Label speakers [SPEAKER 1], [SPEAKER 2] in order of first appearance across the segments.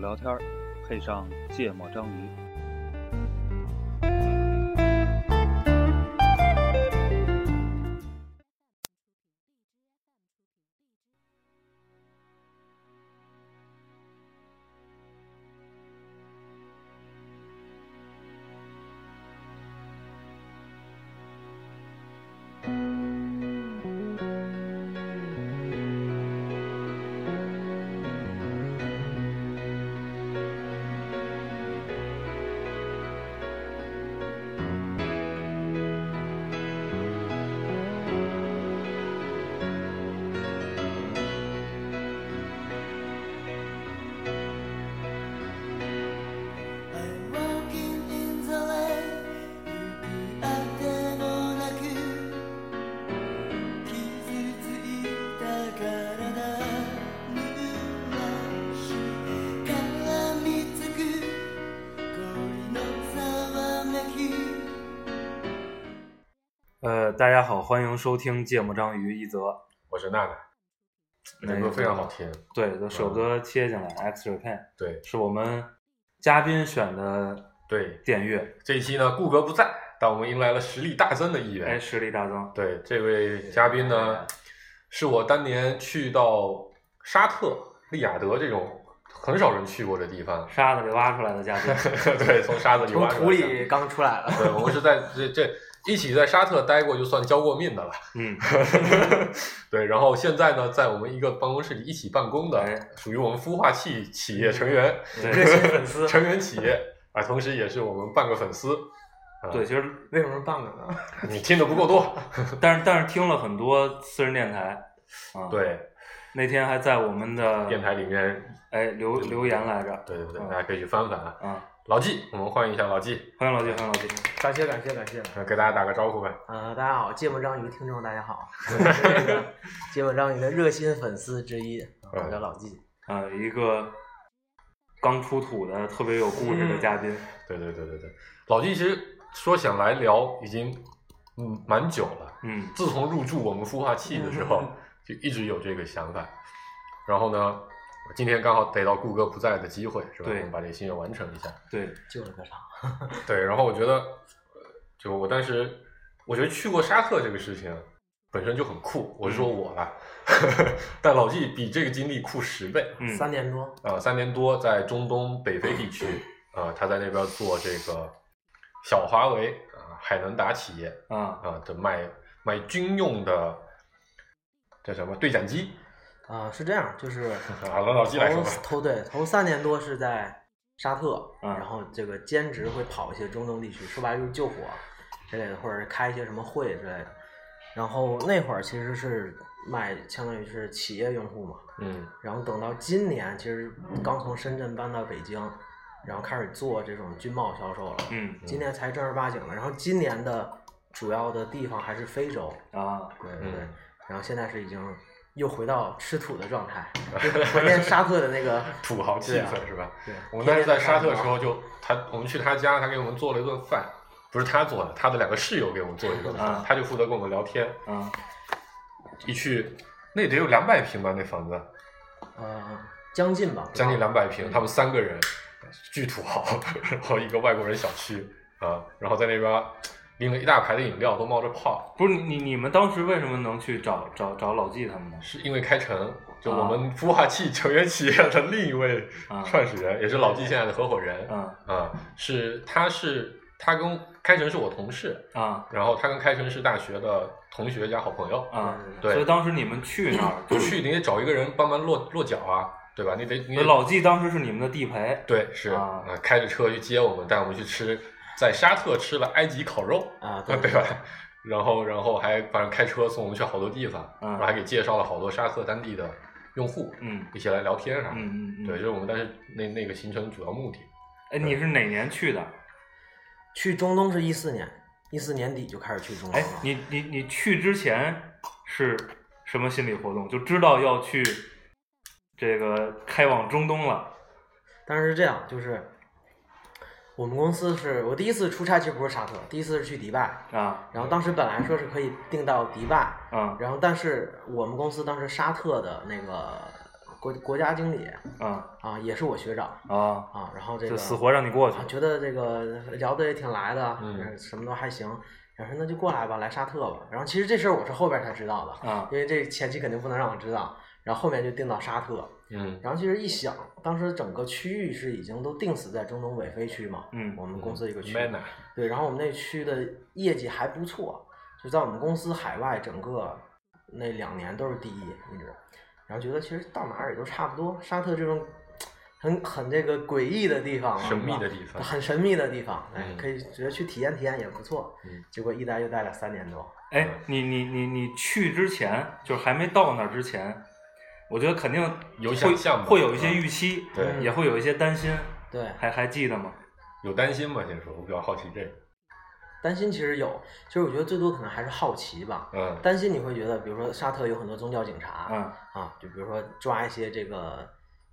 [SPEAKER 1] 聊天，儿，配上芥末章鱼。
[SPEAKER 2] I'm walking in the lane 行くあてもなく傷ついた体むなし絡みつく氷のざわめき
[SPEAKER 3] 呃，大家好，欢迎收听《芥末章鱼》一则。
[SPEAKER 4] 我是娜娜，这歌非常好听。
[SPEAKER 3] 对，这
[SPEAKER 5] 嗯
[SPEAKER 3] 首歌切进来，Extra Ten
[SPEAKER 4] 对
[SPEAKER 3] 是我们嘉宾选的
[SPEAKER 4] 对，
[SPEAKER 3] 电乐，
[SPEAKER 4] 这一期呢，顾哥不在，但我们迎来了实力大增的一
[SPEAKER 3] 哎，
[SPEAKER 4] 员。
[SPEAKER 3] 实力大增。，
[SPEAKER 4] 对，这位嘉宾呢，是我当年去到沙特利雅得这种很少人去过的地方
[SPEAKER 3] 沙子里挖出来的嘉宾，
[SPEAKER 4] 对，从沙子里
[SPEAKER 5] 从
[SPEAKER 4] 挖出来的
[SPEAKER 5] 土里刚出来了。
[SPEAKER 4] 对，我们是在这这一起在沙特待过，就算交过面的了。
[SPEAKER 3] 嗯，
[SPEAKER 4] 对，然后现在呢，在我们一个办公室里一起办公的
[SPEAKER 3] 哎，
[SPEAKER 4] 属于我们孵化器企业成员，
[SPEAKER 5] 热
[SPEAKER 3] 对
[SPEAKER 5] 心粉丝
[SPEAKER 4] 成员企业啊，同时也是我们半个粉丝。
[SPEAKER 3] 对，其实，
[SPEAKER 5] 为什么半个呢？
[SPEAKER 4] 你听的不够多。
[SPEAKER 3] 但是但是听了很多私人电台，啊，，
[SPEAKER 4] 对，
[SPEAKER 3] 那天还在我们的
[SPEAKER 4] 电台里面，
[SPEAKER 3] 哎留留言来着，
[SPEAKER 4] 对对对，
[SPEAKER 3] 嗯
[SPEAKER 4] 大家可以去翻翻啊。
[SPEAKER 3] 啊，
[SPEAKER 4] 老纪，我们欢迎一下老纪，
[SPEAKER 3] 欢迎老季，欢迎老季，
[SPEAKER 5] 感谢感谢感谢。
[SPEAKER 4] 呃给大家打个招呼呗。
[SPEAKER 5] 呃，大家好，芥末章鱼听众大家 好，芥末章鱼的热心粉丝之一，我叫老纪。
[SPEAKER 3] 啊，一个刚出土的特别有故
[SPEAKER 5] 嗯
[SPEAKER 3] 事的嘉宾，
[SPEAKER 4] 对对对对对，老纪其实说想来聊已经嗯蛮久了，
[SPEAKER 3] 嗯，
[SPEAKER 4] 自从入驻我们孵化器的时候就一直有这个想法。然后呢，我今天刚好逮到顾哥不在的机会，是吧？
[SPEAKER 3] 对
[SPEAKER 4] 我们把这个心愿完成一下。
[SPEAKER 3] 对，
[SPEAKER 5] 就是个啥？
[SPEAKER 4] 对，然后我觉得，呃就我当时，我觉得去过沙特这个事情本身就很酷，我是
[SPEAKER 5] 嗯
[SPEAKER 4] 说我啦， 但老纪比这个经历酷十倍
[SPEAKER 3] 嗯，
[SPEAKER 5] 三年多，
[SPEAKER 4] 啊、呃三年多在中东北非地区啊、呃他在那边做这个小华为啊、海能达企业
[SPEAKER 3] 啊，
[SPEAKER 4] 啊、这卖卖军用的这什么对讲机
[SPEAKER 5] 啊，是这样，就是
[SPEAKER 4] 啊，让老纪来说
[SPEAKER 5] 头
[SPEAKER 4] 吧。
[SPEAKER 5] 头对头三年多是在沙特，
[SPEAKER 3] 嗯
[SPEAKER 5] 然后这个兼职会跑一些中东地区，说白了就是救火之类的，或者是开一些什么会之类的。然后那会儿其实是卖，相当于是企业用户嘛。
[SPEAKER 4] 嗯
[SPEAKER 5] 然后等到今年，其实刚从深圳搬到北京，然后开始做这种军贸销售了。
[SPEAKER 3] 嗯
[SPEAKER 5] 今年才正儿八经的。然后今年的主要的地方还是非洲，
[SPEAKER 3] 啊，
[SPEAKER 5] 对对对。
[SPEAKER 4] 嗯，
[SPEAKER 5] 然后现在是已经又回到吃土的 状态，就怀念沙特的那个
[SPEAKER 4] 土豪气
[SPEAKER 5] 对啊
[SPEAKER 4] 氛是吧？
[SPEAKER 5] 对，
[SPEAKER 4] 我们当时在沙特的
[SPEAKER 5] 天天
[SPEAKER 4] 时
[SPEAKER 5] 看
[SPEAKER 4] 候就，他我们去他家，他给我们做了一顿饭，不是他做的，他的两个室友给我们做一顿
[SPEAKER 3] 啊
[SPEAKER 4] 饭，他就负责跟我们聊天。
[SPEAKER 3] 啊，
[SPEAKER 4] 一去，那得有两百平吧，那房子
[SPEAKER 5] 到呃将近吧，
[SPEAKER 4] 将近两百平，
[SPEAKER 5] 嗯
[SPEAKER 4] 他们三个人，巨土豪，然后一个外国人小区啊，然后在那边拎了一大排的饮料，都冒着泡，
[SPEAKER 3] 不是你你你们当时为什么能去找找找老纪他们呢？
[SPEAKER 4] 是因为开城，就
[SPEAKER 3] 啊
[SPEAKER 4] 我们孵化器成员企业的另一位
[SPEAKER 3] 啊
[SPEAKER 4] 创始人，也是老纪现在的合伙人
[SPEAKER 3] 嗯
[SPEAKER 4] 啊，是他是他跟开城是我同事。
[SPEAKER 3] 啊
[SPEAKER 4] 然后他跟开城市大学的同学加好朋友，
[SPEAKER 3] 啊，
[SPEAKER 4] 对
[SPEAKER 3] 所以当时你们去那儿，就
[SPEAKER 4] 就去你得找一个人帮忙落落脚啊，对吧？你得你
[SPEAKER 3] 所以
[SPEAKER 4] 得
[SPEAKER 3] 老纪当时是你们的地陪，
[SPEAKER 4] 对是
[SPEAKER 3] 啊
[SPEAKER 4] 呃开着车去接我们，带我们去吃，在沙特吃了埃及烤肉，
[SPEAKER 5] 啊，
[SPEAKER 4] 啊对吧？然后然后还反正开车送我们去好多地方，
[SPEAKER 3] 嗯
[SPEAKER 4] 然后还给介绍了好多沙特当地的用户，
[SPEAKER 3] 嗯
[SPEAKER 4] 一起来聊天啥的。
[SPEAKER 3] 嗯嗯嗯，
[SPEAKER 4] 对，就是我们当时那那个行程主要目的，
[SPEAKER 3] 哎，你是哪年去的？
[SPEAKER 5] 去中东是一四年，一四年底就开始去中
[SPEAKER 3] 哎
[SPEAKER 5] 东了。，
[SPEAKER 3] 你你你去之前是什么心理活动？就知道要去这个开往中东了
[SPEAKER 5] 当时是这样，就是我们公司是我第一次出差，其实不是沙特，第一次是去迪拜。
[SPEAKER 3] 啊
[SPEAKER 5] 然后当时本来说是可以定到迪拜，
[SPEAKER 3] 啊
[SPEAKER 5] 然后但是我们公司当时沙特的那个国国家经理
[SPEAKER 3] 啊
[SPEAKER 5] 啊，也是我学长
[SPEAKER 3] 啊，
[SPEAKER 5] 啊，然后这
[SPEAKER 3] 就
[SPEAKER 5] 个
[SPEAKER 3] 死活让你过去
[SPEAKER 5] 啊，觉得这个聊得也挺来的，
[SPEAKER 4] 嗯
[SPEAKER 5] 什么都还行，然后说那就过来吧，来沙特吧。然后其实这事儿我是后边才知道的，
[SPEAKER 3] 啊
[SPEAKER 5] 因为这前期肯定不能让我知道，然后后面就定到沙特。
[SPEAKER 4] 嗯
[SPEAKER 5] 然后其实一想，当时整个区域是已经都定死在中东北非区嘛，
[SPEAKER 3] 嗯
[SPEAKER 5] 我们公司一个区，
[SPEAKER 4] ，mana，
[SPEAKER 5] 对，然后我们那区的业绩还不错，就在我们公司海外整个那两年都是第一一直，然后觉得其实到哪儿也都差不多。沙特这种很很这个诡异的地方啊，
[SPEAKER 4] 神秘
[SPEAKER 5] 是吧
[SPEAKER 4] 的地方
[SPEAKER 5] 很神秘的地方，哎，
[SPEAKER 4] 嗯
[SPEAKER 5] 可以觉得去体验体验也不错。
[SPEAKER 4] 嗯
[SPEAKER 5] 结果一待就待了三年多，
[SPEAKER 3] 哎，你你你你去之前，就是还没到那儿之前，我觉得肯定
[SPEAKER 4] 有想
[SPEAKER 3] 会
[SPEAKER 4] 象嘛
[SPEAKER 3] 会有一些
[SPEAKER 4] 嗯
[SPEAKER 3] 预期，
[SPEAKER 4] 对
[SPEAKER 3] 也会有一些担心，
[SPEAKER 5] 对，
[SPEAKER 3] 还还记得吗？
[SPEAKER 4] 有担心吗？先说，我比较好奇这个。
[SPEAKER 5] 担心其实有，其实我觉得最多可能还是好奇吧。
[SPEAKER 4] 嗯
[SPEAKER 5] 担心你会觉得，比如说沙特有很多宗教警察，
[SPEAKER 3] 嗯
[SPEAKER 5] 啊，就比如说抓一些这个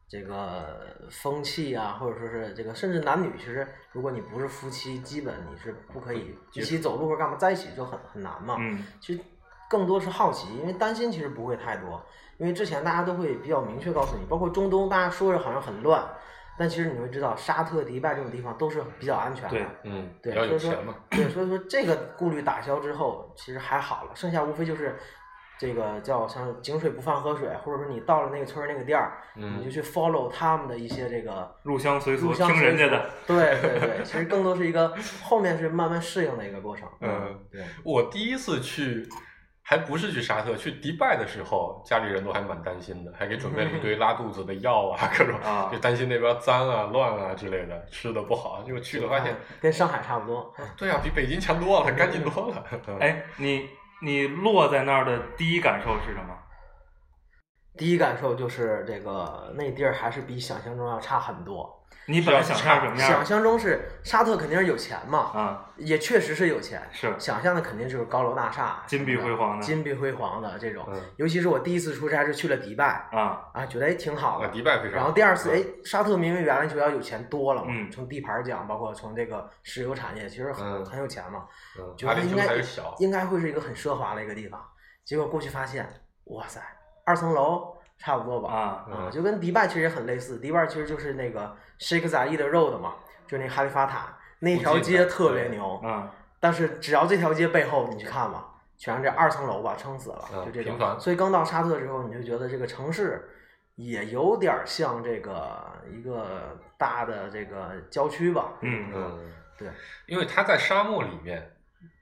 [SPEAKER 5] 这个风气啊，或者说是这个，甚至男女其实如果你不是夫妻，基本你是不可以一起走路或者干嘛在一起就很很难嘛。
[SPEAKER 3] 嗯
[SPEAKER 5] 其实更多是好奇，因为担心其实不会太多，因为之前大家都会比较明确告诉你，包括中东大家说着好像很乱，但其实你会知道沙特、迪拜这种地方都是比较安全的。
[SPEAKER 3] 对
[SPEAKER 4] 嗯，比
[SPEAKER 5] 对，
[SPEAKER 4] 较
[SPEAKER 5] 所
[SPEAKER 4] 有
[SPEAKER 5] 以说
[SPEAKER 4] 钱嘛。
[SPEAKER 5] 对，所以说这个顾虑打消之后，其实还好了，剩下无非就是这个叫像井水不犯河水，或者说你到了那个村儿那个店儿，你
[SPEAKER 4] 嗯
[SPEAKER 5] 就去 follow 他们的一些这个
[SPEAKER 3] 入乡随俗
[SPEAKER 5] 入乡
[SPEAKER 3] 听
[SPEAKER 5] 随
[SPEAKER 3] 人家
[SPEAKER 5] 俗
[SPEAKER 3] 的。
[SPEAKER 5] 对对对，其实更多是一个后面是慢慢适应的一个过程。
[SPEAKER 4] 嗯，
[SPEAKER 5] 对，
[SPEAKER 4] 我第一次去，还不是去沙特，去迪拜的时候，家里人都还蛮担心的，还给准备了一堆拉肚子的药啊， 各种，
[SPEAKER 3] 啊
[SPEAKER 4] 就担心那边脏啊、乱啊之类的，吃的不好。结果去了发现，
[SPEAKER 5] 跟上海差不多。
[SPEAKER 4] 对啊，比北京强多了，干净多了。 嗯，
[SPEAKER 3] 哎，你你落在那儿的第一感受是什么？
[SPEAKER 5] 第一感受就是这个那地儿还是比想象中要差很多，
[SPEAKER 3] 你本来想象什么样
[SPEAKER 5] 想
[SPEAKER 3] 儿？
[SPEAKER 5] 象中是沙特肯定是有钱嘛，
[SPEAKER 3] 啊，
[SPEAKER 5] 也确实是有钱，
[SPEAKER 3] 是
[SPEAKER 5] 想象的肯定就是高楼大厦，啊
[SPEAKER 3] 金碧辉煌的
[SPEAKER 5] 金碧辉煌的这种。
[SPEAKER 4] 嗯
[SPEAKER 5] 尤其是我第一次出差是去了迪拜，
[SPEAKER 3] 啊，
[SPEAKER 5] 啊，觉得哎挺好
[SPEAKER 4] 啊，
[SPEAKER 5] 的。
[SPEAKER 4] 迪拜非常好。
[SPEAKER 5] 然后第二次，
[SPEAKER 4] 嗯
[SPEAKER 5] 哎，，沙特明明原来就要有钱多了嘛，
[SPEAKER 3] 嗯
[SPEAKER 5] 从地盘讲，包括从这个石油产业，其实很、
[SPEAKER 4] 嗯
[SPEAKER 5] 很有钱嘛，
[SPEAKER 4] 嗯
[SPEAKER 5] 觉
[SPEAKER 4] 阿
[SPEAKER 5] 得
[SPEAKER 4] 联
[SPEAKER 5] 应
[SPEAKER 4] 酋
[SPEAKER 5] 该
[SPEAKER 4] 还是小，
[SPEAKER 5] 应该会是一个很奢华的一个地方。结果过去发现，哇塞，二层楼差不多吧，
[SPEAKER 3] 啊
[SPEAKER 4] 嗯
[SPEAKER 5] 就跟迪拜其实也很类似，迪拜其实就是那个 Sheikh Zayed Road 嘛，就是那哈利法塔那条
[SPEAKER 4] 附近
[SPEAKER 5] 街
[SPEAKER 4] 的
[SPEAKER 5] 特别
[SPEAKER 4] 对
[SPEAKER 5] 牛，
[SPEAKER 3] 嗯
[SPEAKER 5] 但是只要这条街背后，你去看吧，全是这二层楼吧，撑死了，
[SPEAKER 4] 嗯
[SPEAKER 5] 就这种
[SPEAKER 4] 平。房
[SPEAKER 5] 所以刚到沙特之后，你就觉得这个城市也有点儿像这个一个大的这个郊区吧。
[SPEAKER 3] 嗯
[SPEAKER 4] 嗯，
[SPEAKER 5] 对，
[SPEAKER 4] 因为它在沙漠里面，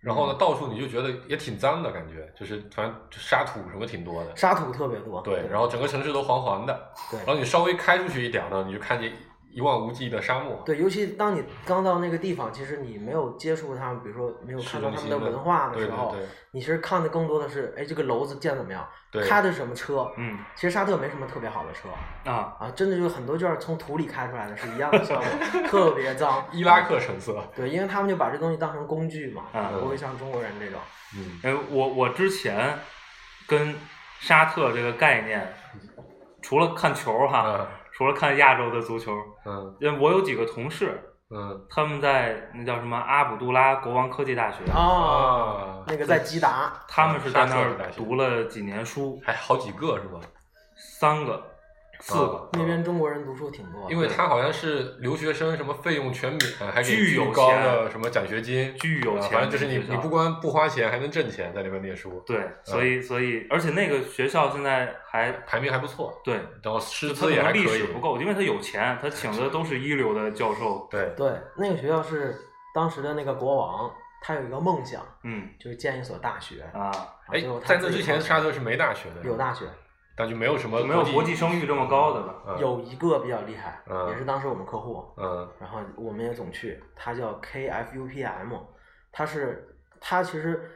[SPEAKER 4] 然后呢，
[SPEAKER 5] 嗯
[SPEAKER 4] 到处你就觉得也挺脏的感觉，就是反正就沙土什么挺多的。
[SPEAKER 5] 沙土特别多。
[SPEAKER 4] 对，然后整个城市都黄黄的，
[SPEAKER 5] 对
[SPEAKER 4] 然后你稍微开出去一点儿呢，你就看见一望无际的沙漠。
[SPEAKER 5] 对，尤其当你刚到那个地方，其实你没有接触他们，比如说没有
[SPEAKER 4] 市
[SPEAKER 5] 看到
[SPEAKER 4] 中
[SPEAKER 5] 他
[SPEAKER 4] 心
[SPEAKER 5] 们的文化的
[SPEAKER 4] 对
[SPEAKER 5] 时候，
[SPEAKER 4] 对
[SPEAKER 5] 你其实看的更多的是，哎，这个楼子建怎么样，
[SPEAKER 4] 对对，
[SPEAKER 5] 开的是什么车。
[SPEAKER 3] 嗯
[SPEAKER 5] 其实沙特没什么特别好的车
[SPEAKER 3] 啊，
[SPEAKER 5] 啊，真的就是很多就是从土里开出来的是一样的效果，特别脏。
[SPEAKER 4] 伊拉克嗯橙色，
[SPEAKER 5] 对，因为他们就把这东西当成工具嘛，
[SPEAKER 3] 啊
[SPEAKER 5] 不会像中国人这种。
[SPEAKER 4] 嗯，
[SPEAKER 3] 哎，我我之前跟沙特这个概念，除了看球儿哈，
[SPEAKER 4] 嗯
[SPEAKER 3] 除了看亚洲的足球，
[SPEAKER 4] 嗯
[SPEAKER 3] 因为我有几个同事，
[SPEAKER 4] 嗯
[SPEAKER 3] 他们在那叫什么阿卜杜拉国王科技大学，
[SPEAKER 4] 啊，
[SPEAKER 5] 哦，那个在吉达，
[SPEAKER 3] 他们是在那
[SPEAKER 4] 沙特的大
[SPEAKER 3] 儿
[SPEAKER 4] 学
[SPEAKER 3] 读了几年书，
[SPEAKER 4] 还好几个是吧？啊
[SPEAKER 3] 三个、四
[SPEAKER 4] 哦
[SPEAKER 3] 个，
[SPEAKER 5] 那边中国人读书挺多的，
[SPEAKER 4] 嗯因为它好像是留学生什么费用全免，还给
[SPEAKER 3] 巨有
[SPEAKER 4] 高
[SPEAKER 3] 钱
[SPEAKER 4] 的什么奖学金，
[SPEAKER 3] 巨有
[SPEAKER 4] 啊
[SPEAKER 3] 钱
[SPEAKER 4] 反正就是
[SPEAKER 3] 那
[SPEAKER 4] 你
[SPEAKER 3] 个学校
[SPEAKER 4] 你不光不花钱，还能挣钱，在那边念书，
[SPEAKER 3] 对，所以所以而且那个学校现在还
[SPEAKER 4] 排名还不错，
[SPEAKER 3] 对，
[SPEAKER 4] 然后师
[SPEAKER 3] 就他
[SPEAKER 4] 资
[SPEAKER 3] 可
[SPEAKER 4] 也还
[SPEAKER 3] 能
[SPEAKER 4] 可
[SPEAKER 3] 历
[SPEAKER 4] 以
[SPEAKER 3] 史。不够，因为他有钱， 他请的都是一流的教授，
[SPEAKER 4] 对，
[SPEAKER 5] 对那个学校是当时的那个国王，他有一个梦想，
[SPEAKER 3] 嗯
[SPEAKER 5] 就是建一所大学。啊
[SPEAKER 3] 啊，
[SPEAKER 4] 哎
[SPEAKER 5] 最后，他
[SPEAKER 4] 在
[SPEAKER 5] 自
[SPEAKER 4] 这
[SPEAKER 5] 己
[SPEAKER 4] 之前，
[SPEAKER 5] 创
[SPEAKER 4] 沙特是没大学的，
[SPEAKER 5] 有大学，
[SPEAKER 4] 但就没有什么
[SPEAKER 3] 没有国际生育这么高的了。
[SPEAKER 4] 嗯
[SPEAKER 5] 有一个比较厉害，
[SPEAKER 4] 嗯
[SPEAKER 5] 也是当时我们客户，
[SPEAKER 4] 嗯
[SPEAKER 5] 然后我们也总去，它叫 KFUPM，它是它其实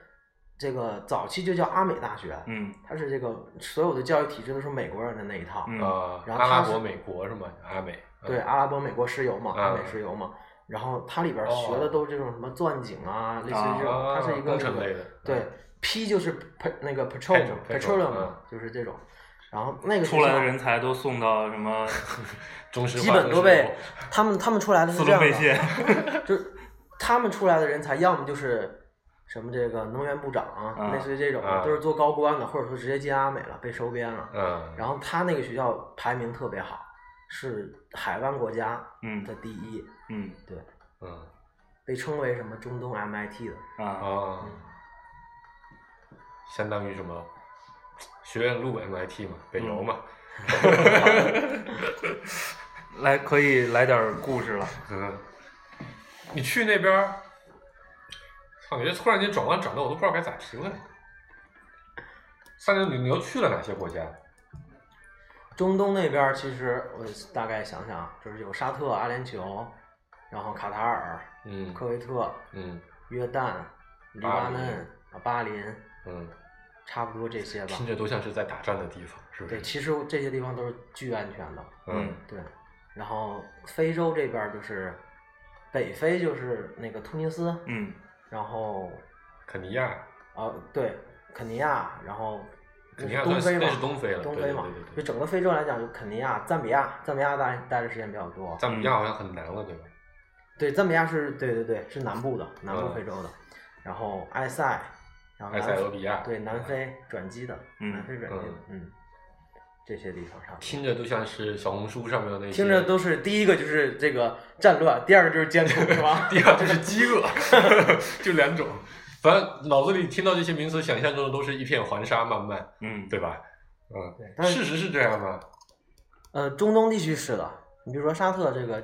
[SPEAKER 5] 这个早期就叫阿美大学，
[SPEAKER 3] 嗯
[SPEAKER 5] 它是这个所有的教育体制都是美国人的那一套，
[SPEAKER 3] 嗯
[SPEAKER 4] 啊，
[SPEAKER 5] 然后
[SPEAKER 4] 阿拉
[SPEAKER 5] 它是
[SPEAKER 4] 伯、美国是吗？阿美
[SPEAKER 5] 对，阿拉伯、美国石油嘛，
[SPEAKER 4] 啊
[SPEAKER 5] 阿美石油嘛，然后它里边
[SPEAKER 4] 哦
[SPEAKER 5] 学的都是这种什么钻井啊，类似于这种，
[SPEAKER 4] 啊
[SPEAKER 5] 它是一个
[SPEAKER 4] 工
[SPEAKER 5] 那
[SPEAKER 4] 程
[SPEAKER 5] 个
[SPEAKER 4] 类的，
[SPEAKER 5] 对，P 就是 pe 那个 petrol
[SPEAKER 4] Petro-
[SPEAKER 5] petroleum 嘛
[SPEAKER 4] 嗯
[SPEAKER 5] 就是这种，然后那个
[SPEAKER 3] 出来的
[SPEAKER 5] 学校
[SPEAKER 3] 人才都送到什 么
[SPEAKER 4] 中石化
[SPEAKER 5] 基本
[SPEAKER 4] 中
[SPEAKER 5] 都
[SPEAKER 4] 石油
[SPEAKER 5] 被他们他们出来的
[SPEAKER 3] 斯
[SPEAKER 5] 是这
[SPEAKER 3] 隆
[SPEAKER 5] 样
[SPEAKER 3] 贝谢
[SPEAKER 5] 的，就是他们出来的人才要么就是什么这个能源部长啊，
[SPEAKER 3] 啊
[SPEAKER 5] 类似于这种的，
[SPEAKER 4] 啊
[SPEAKER 5] 都是做高官的，或者说直接进阿美了，被收编了。
[SPEAKER 4] 嗯，
[SPEAKER 5] 然后他那个学校排名特别好，是海湾国家
[SPEAKER 3] 嗯
[SPEAKER 5] 的第一，
[SPEAKER 3] 嗯
[SPEAKER 5] 对，
[SPEAKER 4] 嗯
[SPEAKER 5] 被称为什么中东 MIT 的。
[SPEAKER 3] 啊，
[SPEAKER 4] 啊，
[SPEAKER 5] 嗯
[SPEAKER 4] 相当于什么学院路 MIT 嘛，北邮嘛，
[SPEAKER 3] 来可以来点儿故事了。
[SPEAKER 4] 嗯，你去那边儿，操，你这突然间转弯转的，我都不知道该咋提问。三六，你你又去了哪些国家？
[SPEAKER 5] 中东那边儿其实我大概想想，就是有沙特、阿联酋，然后卡塔尔、
[SPEAKER 4] 嗯
[SPEAKER 5] 科威特、
[SPEAKER 4] 嗯
[SPEAKER 5] 约旦、黎
[SPEAKER 4] 巴
[SPEAKER 5] 巴
[SPEAKER 4] 林
[SPEAKER 5] 嫩、啊巴林，
[SPEAKER 4] 嗯，
[SPEAKER 5] 差不多这些吧
[SPEAKER 4] 听。着都像是在打仗的地方，是不
[SPEAKER 5] 对，
[SPEAKER 4] 是？
[SPEAKER 5] 其实这些地方都是巨安全的。
[SPEAKER 4] 嗯
[SPEAKER 5] 对，然后非洲这边儿就是北非，就是那个突尼斯，
[SPEAKER 3] 嗯
[SPEAKER 5] 然后
[SPEAKER 4] 肯尼亚，
[SPEAKER 5] 啊，对，肯尼亚，然后
[SPEAKER 4] 肯尼亚
[SPEAKER 5] 东
[SPEAKER 4] 算是
[SPEAKER 5] 非嘛，
[SPEAKER 4] 那是东非了，
[SPEAKER 5] 东
[SPEAKER 4] 对
[SPEAKER 5] 非
[SPEAKER 4] 对
[SPEAKER 5] 嘛
[SPEAKER 4] 对对，
[SPEAKER 5] 就
[SPEAKER 4] 对。
[SPEAKER 5] 整个非洲来讲，就肯尼亚、赞比亚，赞比亚待待的时间比较多。
[SPEAKER 4] 赞比亚好像很难了，对吧？
[SPEAKER 5] 对，赞比亚是对对对，是南部的，南部
[SPEAKER 4] 嗯
[SPEAKER 5] 非洲的。然后埃塞，然后
[SPEAKER 4] 埃
[SPEAKER 5] 南
[SPEAKER 4] 塞
[SPEAKER 5] 非
[SPEAKER 4] 俄比亚，
[SPEAKER 5] 对南非转机的，
[SPEAKER 3] 嗯
[SPEAKER 5] 南非转机的，嗯，这些地方差不多。
[SPEAKER 4] 听着都像是小红书上面的那些，
[SPEAKER 5] 听 着都是第一个就是这个战乱，第二个就是艰苦，是吧？
[SPEAKER 4] 第二啊就是饥饿， 就两种。反正脑子里听到这些名词，想象中的都是一片黄沙漫漫，
[SPEAKER 3] 嗯，
[SPEAKER 4] 对吧？嗯，
[SPEAKER 5] 对，但
[SPEAKER 4] 事实
[SPEAKER 5] 是
[SPEAKER 4] 是这样吗？
[SPEAKER 5] 呃，中东地区是的，你比如说沙特这个，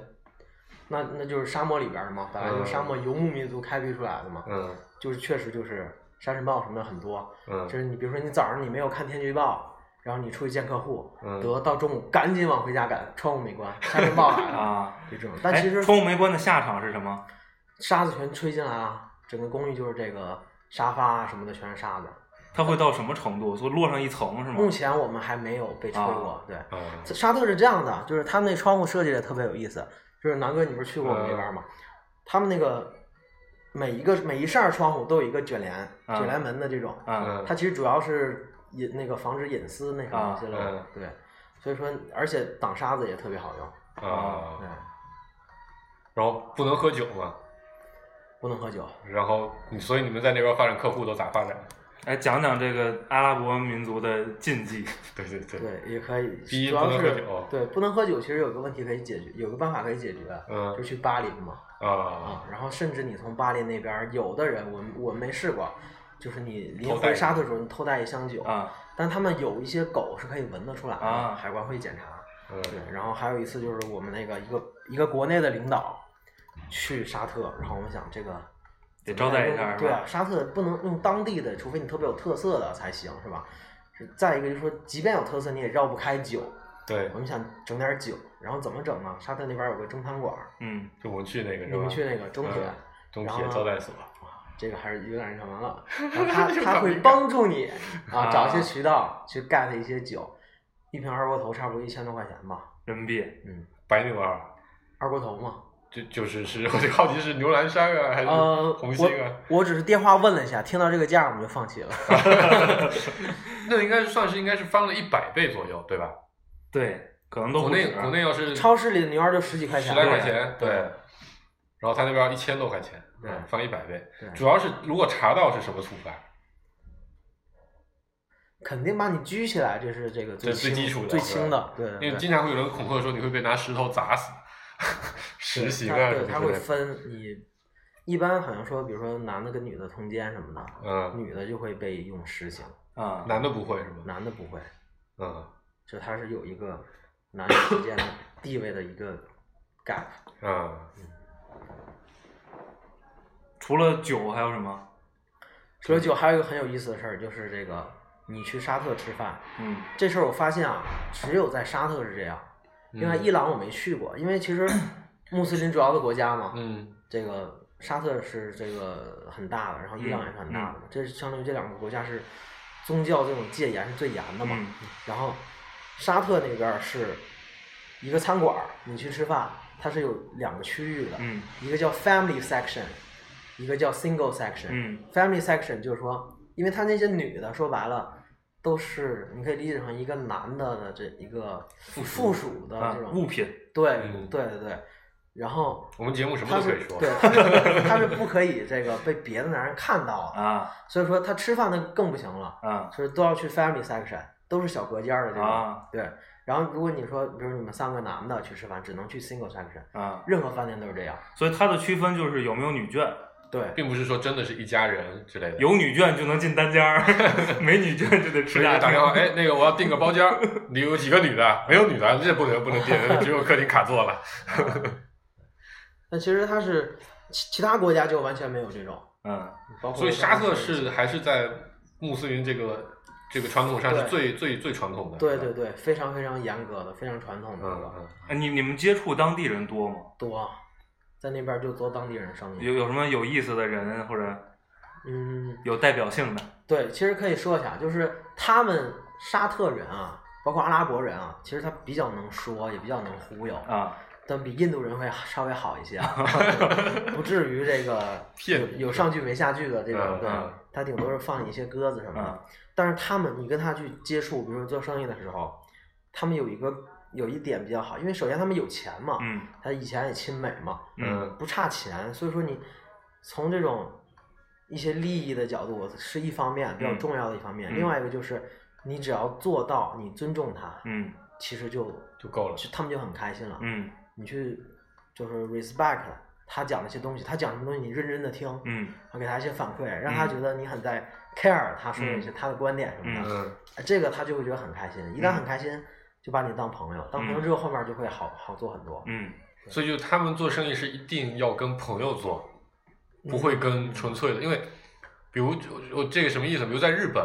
[SPEAKER 5] 那那就是沙漠里边的嘛，本来就是沙漠游牧民族开辟出来的嘛，
[SPEAKER 4] 嗯
[SPEAKER 5] 就是确实就是沙尘暴什么的很多，
[SPEAKER 4] 嗯
[SPEAKER 5] 就是你比如说你早上你没有看天气预报，然后你出去见客户，
[SPEAKER 4] 嗯
[SPEAKER 5] 得到中午赶紧往回家赶，窗户没关，沙尘暴来了，
[SPEAKER 3] 啊，
[SPEAKER 5] 就这种。但其
[SPEAKER 3] 哎
[SPEAKER 5] 实
[SPEAKER 3] 窗户没关的下场是什么？
[SPEAKER 5] 沙子全吹进来啊，整个公寓就是这个沙发啊什么的全是沙子。
[SPEAKER 3] 它会到什么程度？就落上一层是吗？
[SPEAKER 5] 目前我们还没有被吹过，对。
[SPEAKER 4] 啊
[SPEAKER 5] 沙特是这样的，就是他们那窗户设计的特别有意思。就是南哥，你不是去过我们那边
[SPEAKER 4] 嗯
[SPEAKER 5] 吗？他们那个每一个每一扇窗户都有一个卷帘、
[SPEAKER 3] 嗯
[SPEAKER 5] 卷帘门的这种，
[SPEAKER 3] 啊，
[SPEAKER 4] 嗯
[SPEAKER 5] 它其实主要是隐那个防止隐私那什么
[SPEAKER 3] 啊
[SPEAKER 5] 一些漏
[SPEAKER 4] 嗯
[SPEAKER 5] 对。所以说，而且挡沙子也特别好用，嗯
[SPEAKER 4] 啊
[SPEAKER 5] 对，，
[SPEAKER 4] 然后不能喝酒嘛，
[SPEAKER 5] 不能喝酒。
[SPEAKER 4] 然后你所以你们在那边发展客户都咋发展？
[SPEAKER 3] 哎，讲讲这个阿拉伯民族的禁忌。
[SPEAKER 4] 对对对，
[SPEAKER 5] 对，也可以。
[SPEAKER 4] 第一
[SPEAKER 5] 主要
[SPEAKER 4] 不能喝
[SPEAKER 5] 是
[SPEAKER 4] 酒
[SPEAKER 5] 对不能喝酒，其实有个问题可以解决，有个办法可以解决，
[SPEAKER 4] 嗯
[SPEAKER 5] 就去巴林嘛。
[SPEAKER 4] 啊
[SPEAKER 5] 啊，
[SPEAKER 3] 嗯
[SPEAKER 5] 然后甚至你从巴黎那边儿，有的人我我没试过，就是你临
[SPEAKER 4] 偷带
[SPEAKER 5] 回沙特的时候，你偷带一箱酒，
[SPEAKER 3] 啊
[SPEAKER 5] 但他们有一些狗是可以闻得出来的，
[SPEAKER 3] 啊
[SPEAKER 5] 海关会检查。对
[SPEAKER 4] 嗯，
[SPEAKER 5] 然后还有一次就是我们那个一个一个国内的领导去沙特，然后我们想这个
[SPEAKER 3] 得
[SPEAKER 5] 怎
[SPEAKER 3] 招
[SPEAKER 5] 么
[SPEAKER 3] 待
[SPEAKER 5] 样
[SPEAKER 3] 一下
[SPEAKER 5] 用
[SPEAKER 3] 是
[SPEAKER 5] 对啊
[SPEAKER 3] 吧，
[SPEAKER 5] 沙特不能用当地的，除非你特别有特色的才行，是吧？是再一个就是说，即便有特色，你也绕不开酒。
[SPEAKER 4] 对
[SPEAKER 5] 我，们想整点酒，然后怎么整呢？沙特那边有个中餐馆儿，
[SPEAKER 3] 嗯
[SPEAKER 4] 就我们去那个是
[SPEAKER 5] 你
[SPEAKER 4] 吧
[SPEAKER 5] 们？去那个中铁。
[SPEAKER 4] 嗯中
[SPEAKER 5] 然后
[SPEAKER 4] 铁
[SPEAKER 5] 呢
[SPEAKER 4] 招待所，
[SPEAKER 5] 这个还是有点那什么了。然后他他会帮助你啊，找一些渠道去 get 一些酒，一瓶二锅头差不多一千多块钱吧。
[SPEAKER 3] 人民币
[SPEAKER 5] 嗯，
[SPEAKER 4] 白牛二，
[SPEAKER 5] 二锅头嘛。
[SPEAKER 4] 就就是是，我就好奇是牛栏山啊还是
[SPEAKER 5] 呃，
[SPEAKER 4] 红星啊？
[SPEAKER 5] 我我只是电话问了一下，听到这个价我们就 放弃了。
[SPEAKER 4] 那应该是算是应该是翻了一百倍左右，对吧？
[SPEAKER 3] 对，可能都啊
[SPEAKER 4] 国
[SPEAKER 3] 不
[SPEAKER 4] 内
[SPEAKER 3] 止
[SPEAKER 4] 国内要是
[SPEAKER 5] 超市里的牛二就十几块
[SPEAKER 4] 十
[SPEAKER 5] 钱，
[SPEAKER 4] 来
[SPEAKER 5] 对
[SPEAKER 4] 块钱，对。然后他那边一千多块钱，
[SPEAKER 5] 对
[SPEAKER 4] 嗯翻一百倍。
[SPEAKER 5] 对
[SPEAKER 4] 主要是如果查到是什么处罚，
[SPEAKER 5] 肯定把你拘起来，这是这个最
[SPEAKER 4] 这最
[SPEAKER 5] 轻
[SPEAKER 4] 基础的
[SPEAKER 5] 最
[SPEAKER 4] 是吧
[SPEAKER 5] 轻的，对
[SPEAKER 4] 因
[SPEAKER 5] 嗯对
[SPEAKER 4] 为
[SPEAKER 5] 对。
[SPEAKER 4] 经常会有人恐吓说你会被拿石头砸死， 实行啊
[SPEAKER 5] 他
[SPEAKER 4] 什
[SPEAKER 5] 对，
[SPEAKER 4] 么
[SPEAKER 5] 他
[SPEAKER 4] 之类
[SPEAKER 5] 会
[SPEAKER 4] 的。
[SPEAKER 5] 分你，一般好像说，比如说男的跟女的通奸什么的，
[SPEAKER 4] 嗯，
[SPEAKER 5] 女的就会被用实刑，
[SPEAKER 3] 啊，
[SPEAKER 4] 男的不会是吗？
[SPEAKER 5] 男的不会。
[SPEAKER 4] 嗯
[SPEAKER 5] 就它是有一个男女之间的地位的一个 gap。
[SPEAKER 4] 嗯，
[SPEAKER 3] 除了酒还有什么？
[SPEAKER 5] 除了酒，还有一个很有意思的事儿，就是这个你去沙特吃饭
[SPEAKER 3] 嗯
[SPEAKER 5] 这事儿，我发现啊，只有在沙特是这样。另外，
[SPEAKER 3] 嗯
[SPEAKER 5] 伊朗我没去过，因为 其实穆斯林主要的国家嘛，
[SPEAKER 4] 嗯
[SPEAKER 5] 这个沙特是这个很大的，然后伊朗也是很大
[SPEAKER 3] 嗯
[SPEAKER 5] 的嘛，这是相当于这两个国家是宗教这种戒严是最严的嘛。
[SPEAKER 3] 嗯
[SPEAKER 5] 然后沙特那边儿是一个餐馆儿，你去吃饭，它是有两个区域的，
[SPEAKER 3] 嗯
[SPEAKER 5] 一个叫 family section，一个叫 single section。
[SPEAKER 3] 嗯
[SPEAKER 5] family section 就是说，因为他那些女的说白了都是你可以理解成一个男的的这一个附属的
[SPEAKER 3] 啊
[SPEAKER 5] 这种、
[SPEAKER 3] 物品
[SPEAKER 5] 对、
[SPEAKER 4] 嗯
[SPEAKER 5] 对对对。然后
[SPEAKER 4] 我们节目什么
[SPEAKER 5] 他
[SPEAKER 4] 都可
[SPEAKER 5] 是
[SPEAKER 4] 以说，
[SPEAKER 5] 对，他是他是不可以这个被别的男人看到的，
[SPEAKER 3] 啊
[SPEAKER 5] 所以说他吃饭那更不行了，
[SPEAKER 3] 啊
[SPEAKER 5] 就是都要去 family section，都是小隔间儿的这种。
[SPEAKER 3] 啊
[SPEAKER 5] 对，然后如果你说，比如你们三个男的去吃饭，只能去 single section，
[SPEAKER 3] 啊！
[SPEAKER 5] 任何饭店都是这样。
[SPEAKER 3] 所以它的区分就是有没有女眷，
[SPEAKER 5] 对，
[SPEAKER 4] 并不是说真的是一家人之类的。
[SPEAKER 3] 有女眷就能进单间儿， 没女眷就得吃
[SPEAKER 4] 所以
[SPEAKER 3] 大
[SPEAKER 4] 就打
[SPEAKER 3] 厅
[SPEAKER 4] 电 话，哎，那个我要订个包间儿， 你有几个女的？没有女的，这不能不能订， 只有客厅卡座了。
[SPEAKER 5] 但其实它是其其他国家就完全没有这种，
[SPEAKER 3] 嗯
[SPEAKER 5] 包括
[SPEAKER 4] 所以沙特
[SPEAKER 5] 像
[SPEAKER 4] 是还是在穆斯林这个这个传统上是最最最传统的。
[SPEAKER 5] 对对对，非常非常严格的，非常传统的那
[SPEAKER 4] 嗯
[SPEAKER 5] 个、
[SPEAKER 4] 嗯，
[SPEAKER 3] 哎，你你们接触当地人多吗？
[SPEAKER 5] 多，在那边就做当地人生
[SPEAKER 3] 有
[SPEAKER 5] 意。
[SPEAKER 3] 有什么有意思的人或者
[SPEAKER 5] 嗯，
[SPEAKER 3] 有代表性的？
[SPEAKER 5] 对，其实可以说一下，就是他们沙特人啊，包括阿拉伯人啊，其实他比较能说，也比较能忽悠，
[SPEAKER 3] 啊
[SPEAKER 5] 但比印度人会稍微好一 些啊，不至于这个
[SPEAKER 4] 骗你
[SPEAKER 5] 有有上句没下句的这种，
[SPEAKER 4] 嗯
[SPEAKER 5] 对
[SPEAKER 4] 嗯，
[SPEAKER 5] 他顶多是放你一些鸽子什么
[SPEAKER 3] 啊
[SPEAKER 5] 的。但是他们，你跟他去接触，比如说做生意的时候，他们有一个有一点比较好，因为首先他们有钱嘛，
[SPEAKER 3] 嗯
[SPEAKER 5] 他以前也亲美嘛，呃
[SPEAKER 3] 嗯
[SPEAKER 5] 不差钱，所以说你从这种一些利益的角度是一方面比较
[SPEAKER 3] 嗯
[SPEAKER 5] 重要的一方面，
[SPEAKER 3] 嗯
[SPEAKER 5] 另外一个就是你只要做到你尊重他，
[SPEAKER 3] 嗯
[SPEAKER 5] 其实就
[SPEAKER 4] 就够了。
[SPEAKER 5] 就他们就很开心了。
[SPEAKER 3] 嗯
[SPEAKER 5] 你去就是 respect 他讲那些东西，他讲什么东西你认真的听，
[SPEAKER 3] 嗯
[SPEAKER 5] 我给他一些反馈，让
[SPEAKER 4] 嗯
[SPEAKER 5] 他觉得你很在 care 他说的一些、
[SPEAKER 3] 嗯
[SPEAKER 5] 他的观点什么的，
[SPEAKER 4] 嗯，
[SPEAKER 5] 哎这个他就会觉得很开心。一
[SPEAKER 3] 嗯
[SPEAKER 5] 旦很开心，就把你当朋友，当朋
[SPEAKER 4] 嗯
[SPEAKER 5] 友之后后面就会好好做很多。
[SPEAKER 3] 嗯
[SPEAKER 4] 所以就他们做生意是一定要跟朋友做，
[SPEAKER 5] 嗯
[SPEAKER 4] 不会跟纯粹的，因为比如我这个什么意思？比如在日本，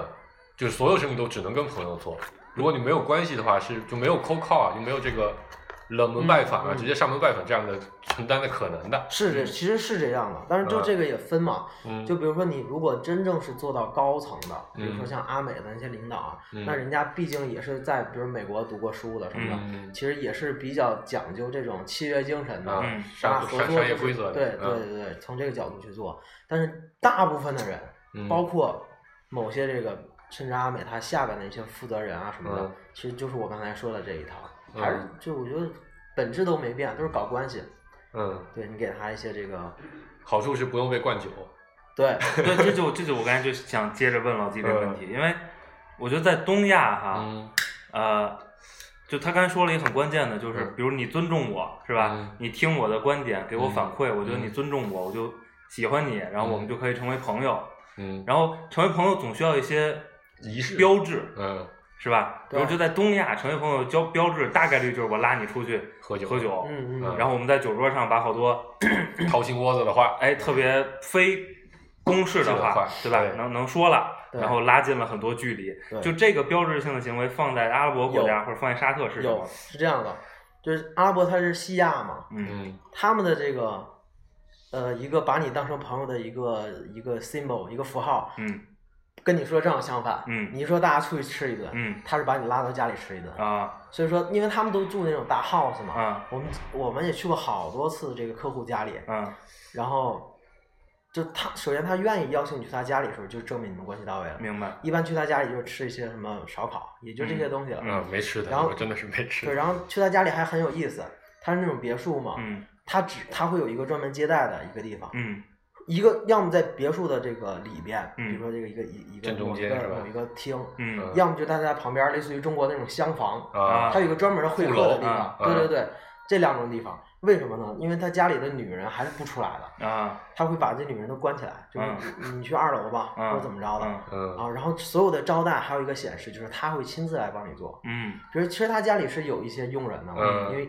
[SPEAKER 4] 就是所有生意都只能跟朋友做，如果你没有关系的话，是就没有 cold call 啊，就没有这个冷门拜访啊，
[SPEAKER 5] 嗯嗯
[SPEAKER 4] 直接上门拜访这样的承担的可能的。
[SPEAKER 5] 是这，其实是这样的，但是就
[SPEAKER 4] 嗯
[SPEAKER 5] 这个也分嘛。
[SPEAKER 4] 嗯，
[SPEAKER 5] 就比如说你如果真正是做到高层的，比如说
[SPEAKER 4] 嗯
[SPEAKER 5] 像阿美的那些领导啊，
[SPEAKER 4] 嗯
[SPEAKER 5] 那人家毕竟也是在比如美国读过书的什么的，
[SPEAKER 4] 嗯，
[SPEAKER 5] 其实也是比较讲究这种契约精神的。
[SPEAKER 4] 啊
[SPEAKER 3] 嗯，
[SPEAKER 4] 商
[SPEAKER 5] 大家合
[SPEAKER 4] 商
[SPEAKER 5] 作
[SPEAKER 4] 商业
[SPEAKER 5] 就是
[SPEAKER 4] 规则的，
[SPEAKER 5] 对对
[SPEAKER 4] 嗯
[SPEAKER 5] 对对，从这个角度去做。但是大部分的人，
[SPEAKER 4] 嗯
[SPEAKER 5] 包括某些这个甚至阿美他下边的一些负责人啊什么的
[SPEAKER 4] 嗯，
[SPEAKER 5] 其实就是我刚才说的这一套，
[SPEAKER 4] 嗯
[SPEAKER 5] 还是就我觉得本质都没变，都是搞关系。
[SPEAKER 4] 嗯，
[SPEAKER 5] 对你给他一些这个，
[SPEAKER 4] 好处是不用被灌酒。
[SPEAKER 5] 对，
[SPEAKER 3] 对，这就这就我刚才就想接着问老季这个问题，因为我觉得在东亚哈，
[SPEAKER 4] 嗯
[SPEAKER 3] 呃，就他刚才说了一个很关键的，就是
[SPEAKER 4] 嗯
[SPEAKER 3] 比如你尊重我是吧
[SPEAKER 4] 嗯？
[SPEAKER 3] 你听我的观点，给我反馈，我觉得你
[SPEAKER 4] 嗯
[SPEAKER 3] 尊重我，我就喜欢你，然后我们就可以成为朋友。
[SPEAKER 4] 嗯，
[SPEAKER 3] 然后成为朋友总需要一些
[SPEAKER 4] 仪式
[SPEAKER 3] 标志
[SPEAKER 4] 嗯，
[SPEAKER 3] 是吧？比
[SPEAKER 5] 对
[SPEAKER 3] 如就在东亚，成为朋友标标志大概率就是我拉你出去
[SPEAKER 4] 喝酒
[SPEAKER 3] 喝酒，
[SPEAKER 5] 嗯嗯，
[SPEAKER 4] 嗯
[SPEAKER 3] 然后我们在酒桌上把好多
[SPEAKER 4] 掏心窝子的话，
[SPEAKER 3] 哎，特别非公式的
[SPEAKER 4] 是的
[SPEAKER 3] 话
[SPEAKER 4] 话，
[SPEAKER 3] 对吧？
[SPEAKER 4] 对
[SPEAKER 3] 能能说了，
[SPEAKER 5] 对
[SPEAKER 3] 然后拉近了很多距离。
[SPEAKER 5] 对
[SPEAKER 3] 就这个标志性的行为放在阿拉伯国家或者放在沙特是什
[SPEAKER 5] 有
[SPEAKER 3] 么？
[SPEAKER 5] 是这样的，就是阿拉伯它是西亚嘛，
[SPEAKER 3] 嗯
[SPEAKER 4] 嗯
[SPEAKER 5] 他们的这个。呃，一个把你当成朋友的一个一个 symbol，一个符号，
[SPEAKER 3] 嗯
[SPEAKER 5] 跟你说正好相反。
[SPEAKER 3] 嗯
[SPEAKER 5] 你说大家出去吃一顿，
[SPEAKER 3] 嗯
[SPEAKER 5] 他是把你拉到家里吃一顿。
[SPEAKER 3] 啊
[SPEAKER 5] 所以说，因为他们都住那种大 house 嘛，
[SPEAKER 3] 啊
[SPEAKER 5] 我们我们也去过好多次这个客户家里，
[SPEAKER 3] 啊
[SPEAKER 5] 然后就他首先他愿意邀请你去他家里的时候，就证明你们关系到位了。
[SPEAKER 3] 明白
[SPEAKER 5] 一般去他家里就是吃一些什么烧烤，也就这些东西了。
[SPEAKER 4] 嗯，没吃的，
[SPEAKER 5] 然后
[SPEAKER 4] 我真的是没吃的。
[SPEAKER 5] 对，然后去他家里还很有意思，他是那种别墅嘛，
[SPEAKER 3] 嗯
[SPEAKER 5] 他只他会有一个专门接待的一个地方，
[SPEAKER 3] 嗯
[SPEAKER 5] 一个要么在别墅的这个里边，
[SPEAKER 3] 嗯
[SPEAKER 5] 比如说这个一个一一个
[SPEAKER 4] 正中
[SPEAKER 5] 某一
[SPEAKER 4] 间是
[SPEAKER 5] 个
[SPEAKER 4] 吧
[SPEAKER 5] 某一个厅，
[SPEAKER 3] 嗯
[SPEAKER 5] 要么就大家旁边，类似于中国那种厢房，
[SPEAKER 4] 啊
[SPEAKER 5] 它有一个专门的会客的地方
[SPEAKER 3] 啊。
[SPEAKER 4] 啊
[SPEAKER 5] 对对对，这两种地方，为什么呢？因为他家里的女人还是不出来的，
[SPEAKER 3] 啊
[SPEAKER 5] 他会把这女人都关起来，就是
[SPEAKER 3] 啊
[SPEAKER 5] 你你去二楼吧，
[SPEAKER 3] 啊
[SPEAKER 5] 或者怎么着的
[SPEAKER 3] 嗯
[SPEAKER 5] 啊
[SPEAKER 4] 嗯。
[SPEAKER 5] 然后所有的招待还有一个显示，就是他会亲自来帮你做。
[SPEAKER 3] 嗯
[SPEAKER 5] 比如，其实他家里是有一些佣人的嘛，
[SPEAKER 4] 嗯
[SPEAKER 5] 因为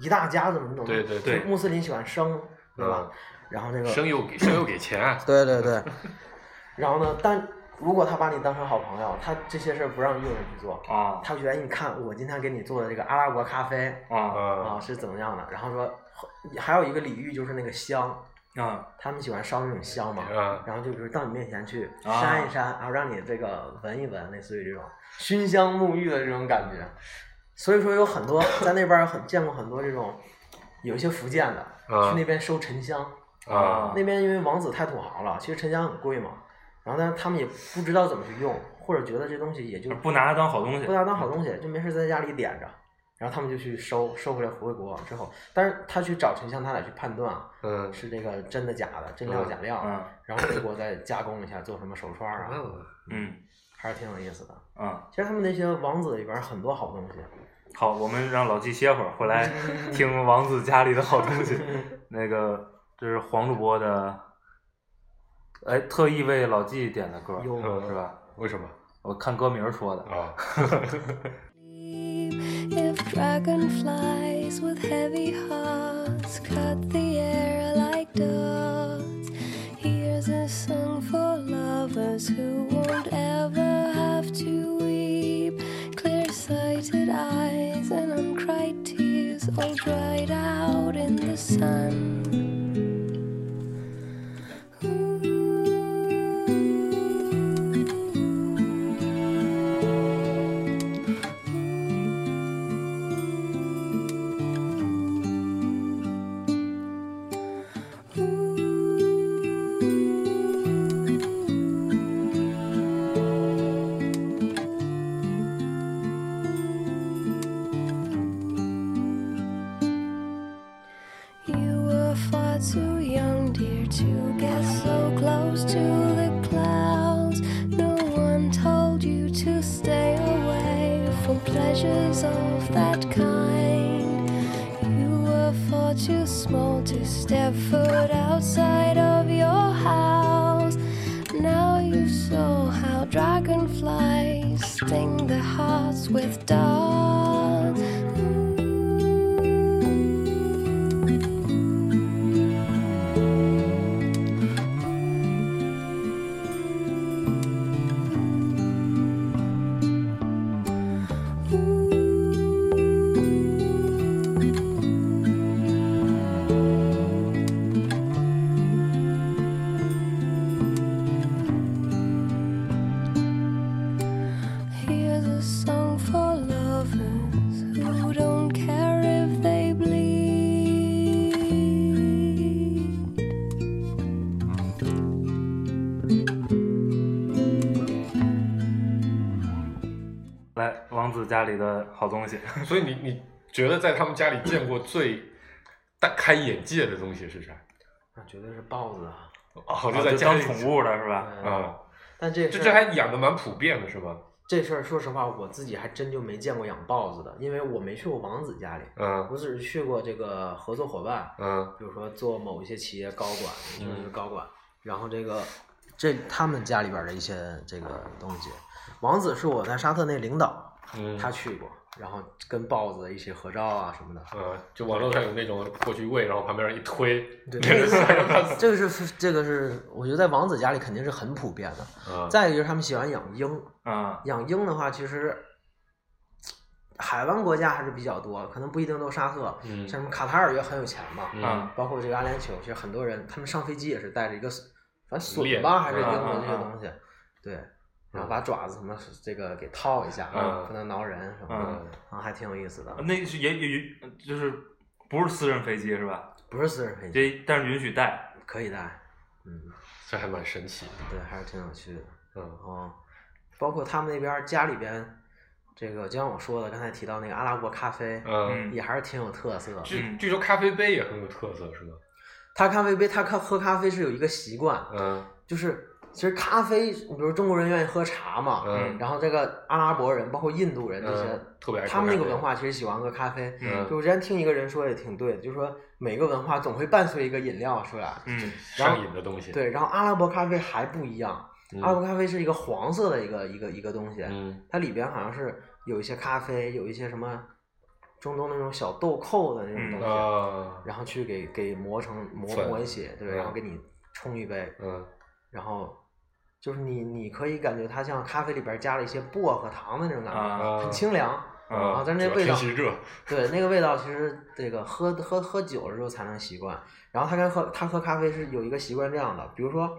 [SPEAKER 5] 一大家子嘛，你懂吗？
[SPEAKER 4] 对对嗯
[SPEAKER 3] 对
[SPEAKER 5] 穆斯林喜欢生，对吧？然后这个
[SPEAKER 4] 生又给生又给钱啊，
[SPEAKER 5] 对 对对。然后呢，但如果他把你当成好朋友，他这些事儿不让佣人去做，
[SPEAKER 3] 啊
[SPEAKER 5] 他觉得哎你看我今天给你做的这个阿拉伯咖啡
[SPEAKER 3] 啊
[SPEAKER 5] 啊
[SPEAKER 4] 啊，
[SPEAKER 5] 是怎么样的，然后说还有一个礼遇就是那个香，
[SPEAKER 3] 啊
[SPEAKER 5] 他们喜欢烧那种香嘛。
[SPEAKER 4] 啊，
[SPEAKER 5] 然后就比如到你面前去
[SPEAKER 3] 啊
[SPEAKER 5] 扇一扇，然后让你这个闻一闻，类似于这种熏香沐浴的这种感觉。所以说有很多在那边儿有很见过很多这种，有一些福建的、
[SPEAKER 4] 啊
[SPEAKER 5] 去那边收沉香，
[SPEAKER 4] 啊
[SPEAKER 5] 那边因为王子太土豪了，其实沉香很贵嘛，然后但是他们也不知道怎么去用，或者觉得这东西也就
[SPEAKER 3] 不拿它当好东西
[SPEAKER 5] 不拿当好东西，就没事在家里点着。然后他们就去收收回来回国之后，但是他去找沉香，他得去判断啊，
[SPEAKER 4] 嗯
[SPEAKER 5] 是这个真的假的，真料假料，啊
[SPEAKER 3] 嗯
[SPEAKER 5] 然后回国再加工一下，做什么手串啊，
[SPEAKER 4] 嗯
[SPEAKER 3] 嗯
[SPEAKER 5] 还是挺有意思的。
[SPEAKER 3] 啊，
[SPEAKER 5] 其实他们那些王子里边很多好东西，
[SPEAKER 3] 好，我们让老纪歇会儿，回来听王子家里的好东西。 那个这是黄主播的，哎，特意为老纪点的歌，
[SPEAKER 5] 有
[SPEAKER 4] 嗯
[SPEAKER 3] 是吧？
[SPEAKER 4] 为什么
[SPEAKER 3] 我看歌名儿说的。
[SPEAKER 4] 啊？
[SPEAKER 6] If dragonflies with heavy hearts cut the air like dots, here's a song for lovers who won't ever have to weep. Clear sighted eyes and uncried tears all dried out in the sun. You were far too young, dear, to get so close to the clouds. No one told you to stay away from pleasures of that kind. You were far too small to step foot outside of your house. Now you saw how dragonflies sting the hearts with darts. Here's a song for lovers who don't care if they bleed.
[SPEAKER 3] 来，王子家里的好东西。
[SPEAKER 4] 所以你你觉得在他们家里见过最大开眼界的东西是啥？
[SPEAKER 5] 那绝对是豹子啊。
[SPEAKER 4] 哦，
[SPEAKER 3] 就
[SPEAKER 4] 在家
[SPEAKER 3] 当
[SPEAKER 4] 里
[SPEAKER 3] 宠物的是吧？
[SPEAKER 5] 嗯
[SPEAKER 4] 啊，
[SPEAKER 5] 但这
[SPEAKER 4] 这
[SPEAKER 5] 事儿
[SPEAKER 4] 这还养的蛮普遍的是吧？
[SPEAKER 5] 这事儿，说实话，我自己还真就没见过养豹子的，因为我没去过王子家里，
[SPEAKER 4] 嗯
[SPEAKER 5] 我只是去过这个合作伙伴，
[SPEAKER 4] 嗯
[SPEAKER 5] 比如说做某一些企业高管，就是
[SPEAKER 4] 嗯
[SPEAKER 5] 高管，然后这个这他们家里边的一些这个东西。王子是我在沙特那领导，
[SPEAKER 4] 嗯，
[SPEAKER 5] 他去过，然后跟豹子一起合照啊什么的。
[SPEAKER 4] 呃，就网络上有那种过去喂，然后旁边人一推，
[SPEAKER 5] 对
[SPEAKER 4] 那个吓得 半死
[SPEAKER 5] 这个是这个是，我觉得在王子家里肯定是很普遍的。
[SPEAKER 4] 啊
[SPEAKER 5] 再一个就是他们喜欢养鹰，
[SPEAKER 3] 嗯
[SPEAKER 5] 养鹰的话，其实海湾国家还是比较多，可能不一定都沙特，
[SPEAKER 4] 嗯
[SPEAKER 5] 像什么卡塔尔也很有钱嘛，
[SPEAKER 4] 嗯
[SPEAKER 3] 嗯
[SPEAKER 5] 包括这个阿联酋，其实很多人他们上飞机也是带着一个反正
[SPEAKER 4] 链啊
[SPEAKER 5] 笋吧还是鹰
[SPEAKER 3] 嗯嗯
[SPEAKER 5] 的这些
[SPEAKER 3] 嗯
[SPEAKER 5] 东西，对，然后把爪子什么这个给套一下，
[SPEAKER 4] 嗯
[SPEAKER 5] 不能挠人什么的，
[SPEAKER 3] 嗯，
[SPEAKER 4] 嗯
[SPEAKER 5] 啊，还挺有意思的，
[SPEAKER 3] 那是也也也就是不是私人飞机是吧？
[SPEAKER 5] 不是私人飞机，
[SPEAKER 3] 这但是允许带。
[SPEAKER 5] 可以带，嗯，
[SPEAKER 4] 这还蛮神奇的。
[SPEAKER 5] 对，还是挺有趣的。然
[SPEAKER 4] 嗯
[SPEAKER 5] 后包括他们那边儿家里边，这个就像我说的，刚才提到那个阿拉伯咖啡，
[SPEAKER 4] 嗯，
[SPEAKER 5] 也还是挺有特色的。
[SPEAKER 4] 据
[SPEAKER 3] 嗯
[SPEAKER 4] 据说咖啡杯也很有特色，是吗？
[SPEAKER 5] 他咖啡杯，他咖喝咖啡是有一个习惯，
[SPEAKER 4] 嗯
[SPEAKER 5] 就是其实咖啡，比如中国人愿意喝茶嘛，
[SPEAKER 4] 嗯
[SPEAKER 5] 然后这个阿拉伯人，包括印度人这些，
[SPEAKER 4] 嗯，特别爱喝
[SPEAKER 5] 他们那个
[SPEAKER 4] 咖啡
[SPEAKER 5] 文化其实喜欢喝咖啡。
[SPEAKER 3] 嗯
[SPEAKER 5] 就我之前听一个人说也挺对的，就是说每个文化总会伴随一个饮料出来。
[SPEAKER 3] 嗯
[SPEAKER 4] 上瘾的东西。，
[SPEAKER 5] 对，然后阿拉伯咖啡还不一样，阿拉伯
[SPEAKER 4] 嗯
[SPEAKER 5] 咖啡是一个黄色的一个一个一个东西，
[SPEAKER 4] 嗯
[SPEAKER 5] 它里边好像是有一些咖啡，有一些什么中东那种小豆蔻的那种东西，
[SPEAKER 4] 啊
[SPEAKER 5] 然后去给给磨成磨
[SPEAKER 4] 粉
[SPEAKER 5] 磨一起，对，
[SPEAKER 4] 嗯
[SPEAKER 5] 然后给你冲一杯，
[SPEAKER 4] 嗯
[SPEAKER 5] 然后就是你你可以感觉它像咖啡里边加了一些薄荷糖的那种感觉，
[SPEAKER 3] 啊
[SPEAKER 4] 嗯
[SPEAKER 5] 很清凉。
[SPEAKER 3] 啊
[SPEAKER 5] 啊，但是那
[SPEAKER 4] 呃主要
[SPEAKER 5] 味道
[SPEAKER 4] 天气热，
[SPEAKER 5] 对，那个味道其实这个喝喝喝酒了之后才能习惯。然后他跟喝他喝咖啡是有一个习惯这样的，比如说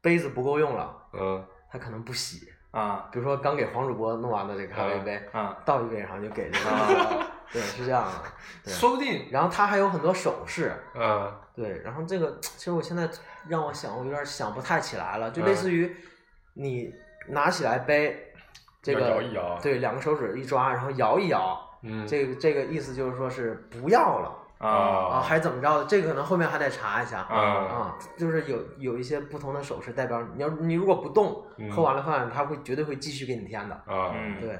[SPEAKER 5] 杯子不够用了，
[SPEAKER 4] 嗯
[SPEAKER 5] 他可能不洗。
[SPEAKER 3] 啊
[SPEAKER 5] 比如说刚给黄主播弄完的这个咖啡杯，
[SPEAKER 4] 嗯
[SPEAKER 3] 啊
[SPEAKER 5] 倒一杯然后就给这个
[SPEAKER 3] 啊，
[SPEAKER 5] 对，是这样 的。对啊
[SPEAKER 4] 说不定
[SPEAKER 5] 然后他还有很多手势，
[SPEAKER 4] 啊
[SPEAKER 5] 对，然后这个其实我现在让我想，我有点想不太起来了，就类
[SPEAKER 4] 嗯
[SPEAKER 5] 似于你拿起来杯，这
[SPEAKER 4] 要摇
[SPEAKER 5] 个
[SPEAKER 4] 一摇，
[SPEAKER 5] 对两个手指一抓，然后摇一摇，
[SPEAKER 4] 嗯，
[SPEAKER 5] 这个这个意思就是说是不要了啊，
[SPEAKER 3] 啊
[SPEAKER 5] 还怎么着？这个可能后面还得查一下
[SPEAKER 3] 啊
[SPEAKER 5] 啊，就是有有一些不同的手势代表你要你如果不动，
[SPEAKER 4] 嗯
[SPEAKER 5] 喝完了饭他会绝对会继续给你添的。
[SPEAKER 4] 啊，
[SPEAKER 3] 嗯
[SPEAKER 5] 对，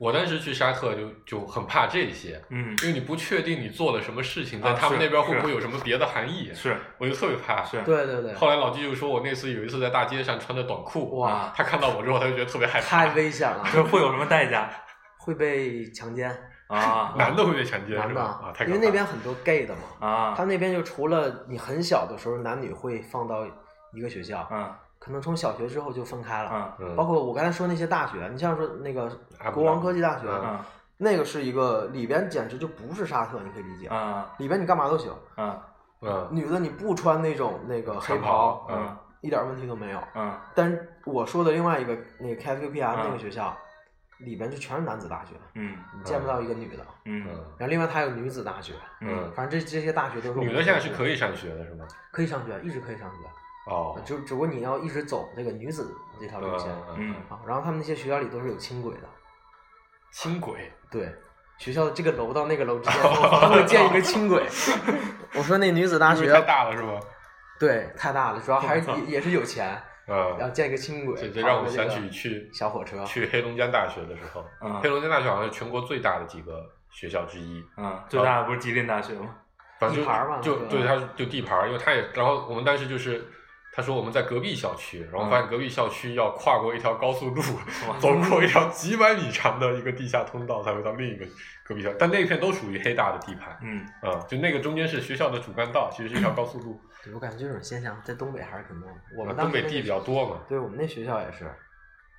[SPEAKER 4] 我当时去沙特就就很怕这一些，
[SPEAKER 3] 嗯
[SPEAKER 4] 因为你不确定你做了什么事情，
[SPEAKER 3] 啊
[SPEAKER 4] 在他们
[SPEAKER 3] 是
[SPEAKER 4] 那边会
[SPEAKER 3] 是
[SPEAKER 4] 不会有什么别的含义，
[SPEAKER 3] 是
[SPEAKER 4] 我就特别怕。
[SPEAKER 3] 是
[SPEAKER 5] 对对对，
[SPEAKER 4] 后来老季就说我那次有一次在大街上穿着短裤，啊
[SPEAKER 5] 哇
[SPEAKER 4] 他看到我之后他就觉得特别害怕，
[SPEAKER 5] 太危险了，
[SPEAKER 3] 这会有什么代价
[SPEAKER 5] 会被强奸，
[SPEAKER 3] 啊
[SPEAKER 4] 男的会被强奸
[SPEAKER 5] 男
[SPEAKER 4] 是
[SPEAKER 5] 的
[SPEAKER 4] 吧？啊，太可
[SPEAKER 5] 因为
[SPEAKER 4] 怕
[SPEAKER 5] 那边
[SPEAKER 4] 了
[SPEAKER 5] 很多 gay 的嘛，他
[SPEAKER 3] 啊
[SPEAKER 5] 那边就除了你很小的时候，男女会放到一个学
[SPEAKER 4] 啊
[SPEAKER 5] 校，
[SPEAKER 3] 嗯
[SPEAKER 5] 可能从小学之后就分开了。
[SPEAKER 3] 嗯
[SPEAKER 4] 嗯
[SPEAKER 5] 包括我刚才说那些大学，你像说那个
[SPEAKER 4] 阿布
[SPEAKER 5] 国
[SPEAKER 4] 达
[SPEAKER 5] 王
[SPEAKER 4] 比
[SPEAKER 5] 科技大学，
[SPEAKER 4] 嗯
[SPEAKER 3] 嗯
[SPEAKER 5] 那个是一个里边简直就不是沙特，你可以理解，
[SPEAKER 4] 啊
[SPEAKER 3] 嗯
[SPEAKER 5] 里边你干嘛都行。
[SPEAKER 3] 嗯
[SPEAKER 4] 嗯
[SPEAKER 5] 女的你不穿那种那个黑
[SPEAKER 4] 长袍
[SPEAKER 5] 袍，
[SPEAKER 3] 嗯
[SPEAKER 5] 一点问题都没有。
[SPEAKER 3] 嗯
[SPEAKER 5] 但是我说的另外一个那个 k q p r
[SPEAKER 3] 嗯
[SPEAKER 5] 那个学校，里边就全是男子大学，
[SPEAKER 3] 嗯
[SPEAKER 5] 你见不到一个女的。
[SPEAKER 3] 嗯
[SPEAKER 4] 嗯
[SPEAKER 5] 然后另外它还有女子大学，
[SPEAKER 3] 嗯
[SPEAKER 4] 嗯，
[SPEAKER 5] 反正这这些大学都是
[SPEAKER 4] 女的现在是可
[SPEAKER 5] 以
[SPEAKER 4] 以上学的是吗？
[SPEAKER 5] 可以上学，一直可以上学，
[SPEAKER 4] 哦，
[SPEAKER 5] 就只不过你要一直走这个女子这条路线
[SPEAKER 4] 嗯
[SPEAKER 3] 嗯
[SPEAKER 4] 嗯
[SPEAKER 5] 啊。然后他们那些学校里都是有轻轨的，
[SPEAKER 4] 轻轨
[SPEAKER 5] 对，学校这个楼到那个楼之间 它会建一个轻轨。 我说那女子大
[SPEAKER 4] 因为
[SPEAKER 5] 学
[SPEAKER 4] 太大了是吗？
[SPEAKER 5] 对太大了，主要 还是也也是有钱，要
[SPEAKER 4] 嗯，
[SPEAKER 5] 建一个轻轨。
[SPEAKER 4] 这这让我
[SPEAKER 5] 旁边
[SPEAKER 4] 想
[SPEAKER 5] 这个
[SPEAKER 4] 起去
[SPEAKER 5] 小火车
[SPEAKER 4] 去黑龙江大学的时候，
[SPEAKER 3] 嗯
[SPEAKER 4] 黑龙江大学好像是全国最大的几个学校之一，
[SPEAKER 3] 嗯，最大的不是吉林大学吗？
[SPEAKER 4] 反正就
[SPEAKER 5] 地盘儿嘛
[SPEAKER 4] 就
[SPEAKER 5] 对
[SPEAKER 4] 对，
[SPEAKER 5] 吧
[SPEAKER 4] 他就地盘儿，因为他也，然后我们当时就是。他说我们在隔壁校区，然后
[SPEAKER 5] 嗯
[SPEAKER 4] 发现隔壁校区要跨过一条高速路， 走过一
[SPEAKER 5] 嗯
[SPEAKER 4] 条几百米长的一个地下通道才会到另一个隔壁校，但那一片都属于黑大的地盘，
[SPEAKER 3] 嗯
[SPEAKER 4] 嗯，就那个中间是学校的主干道，其实是一条高速路，
[SPEAKER 5] 对我感觉这种现象在东北还是挺多的。我们
[SPEAKER 4] 啊东北
[SPEAKER 5] 当时那
[SPEAKER 4] 地
[SPEAKER 5] 个
[SPEAKER 4] 比较多嘛，
[SPEAKER 5] 对我们那学校也是，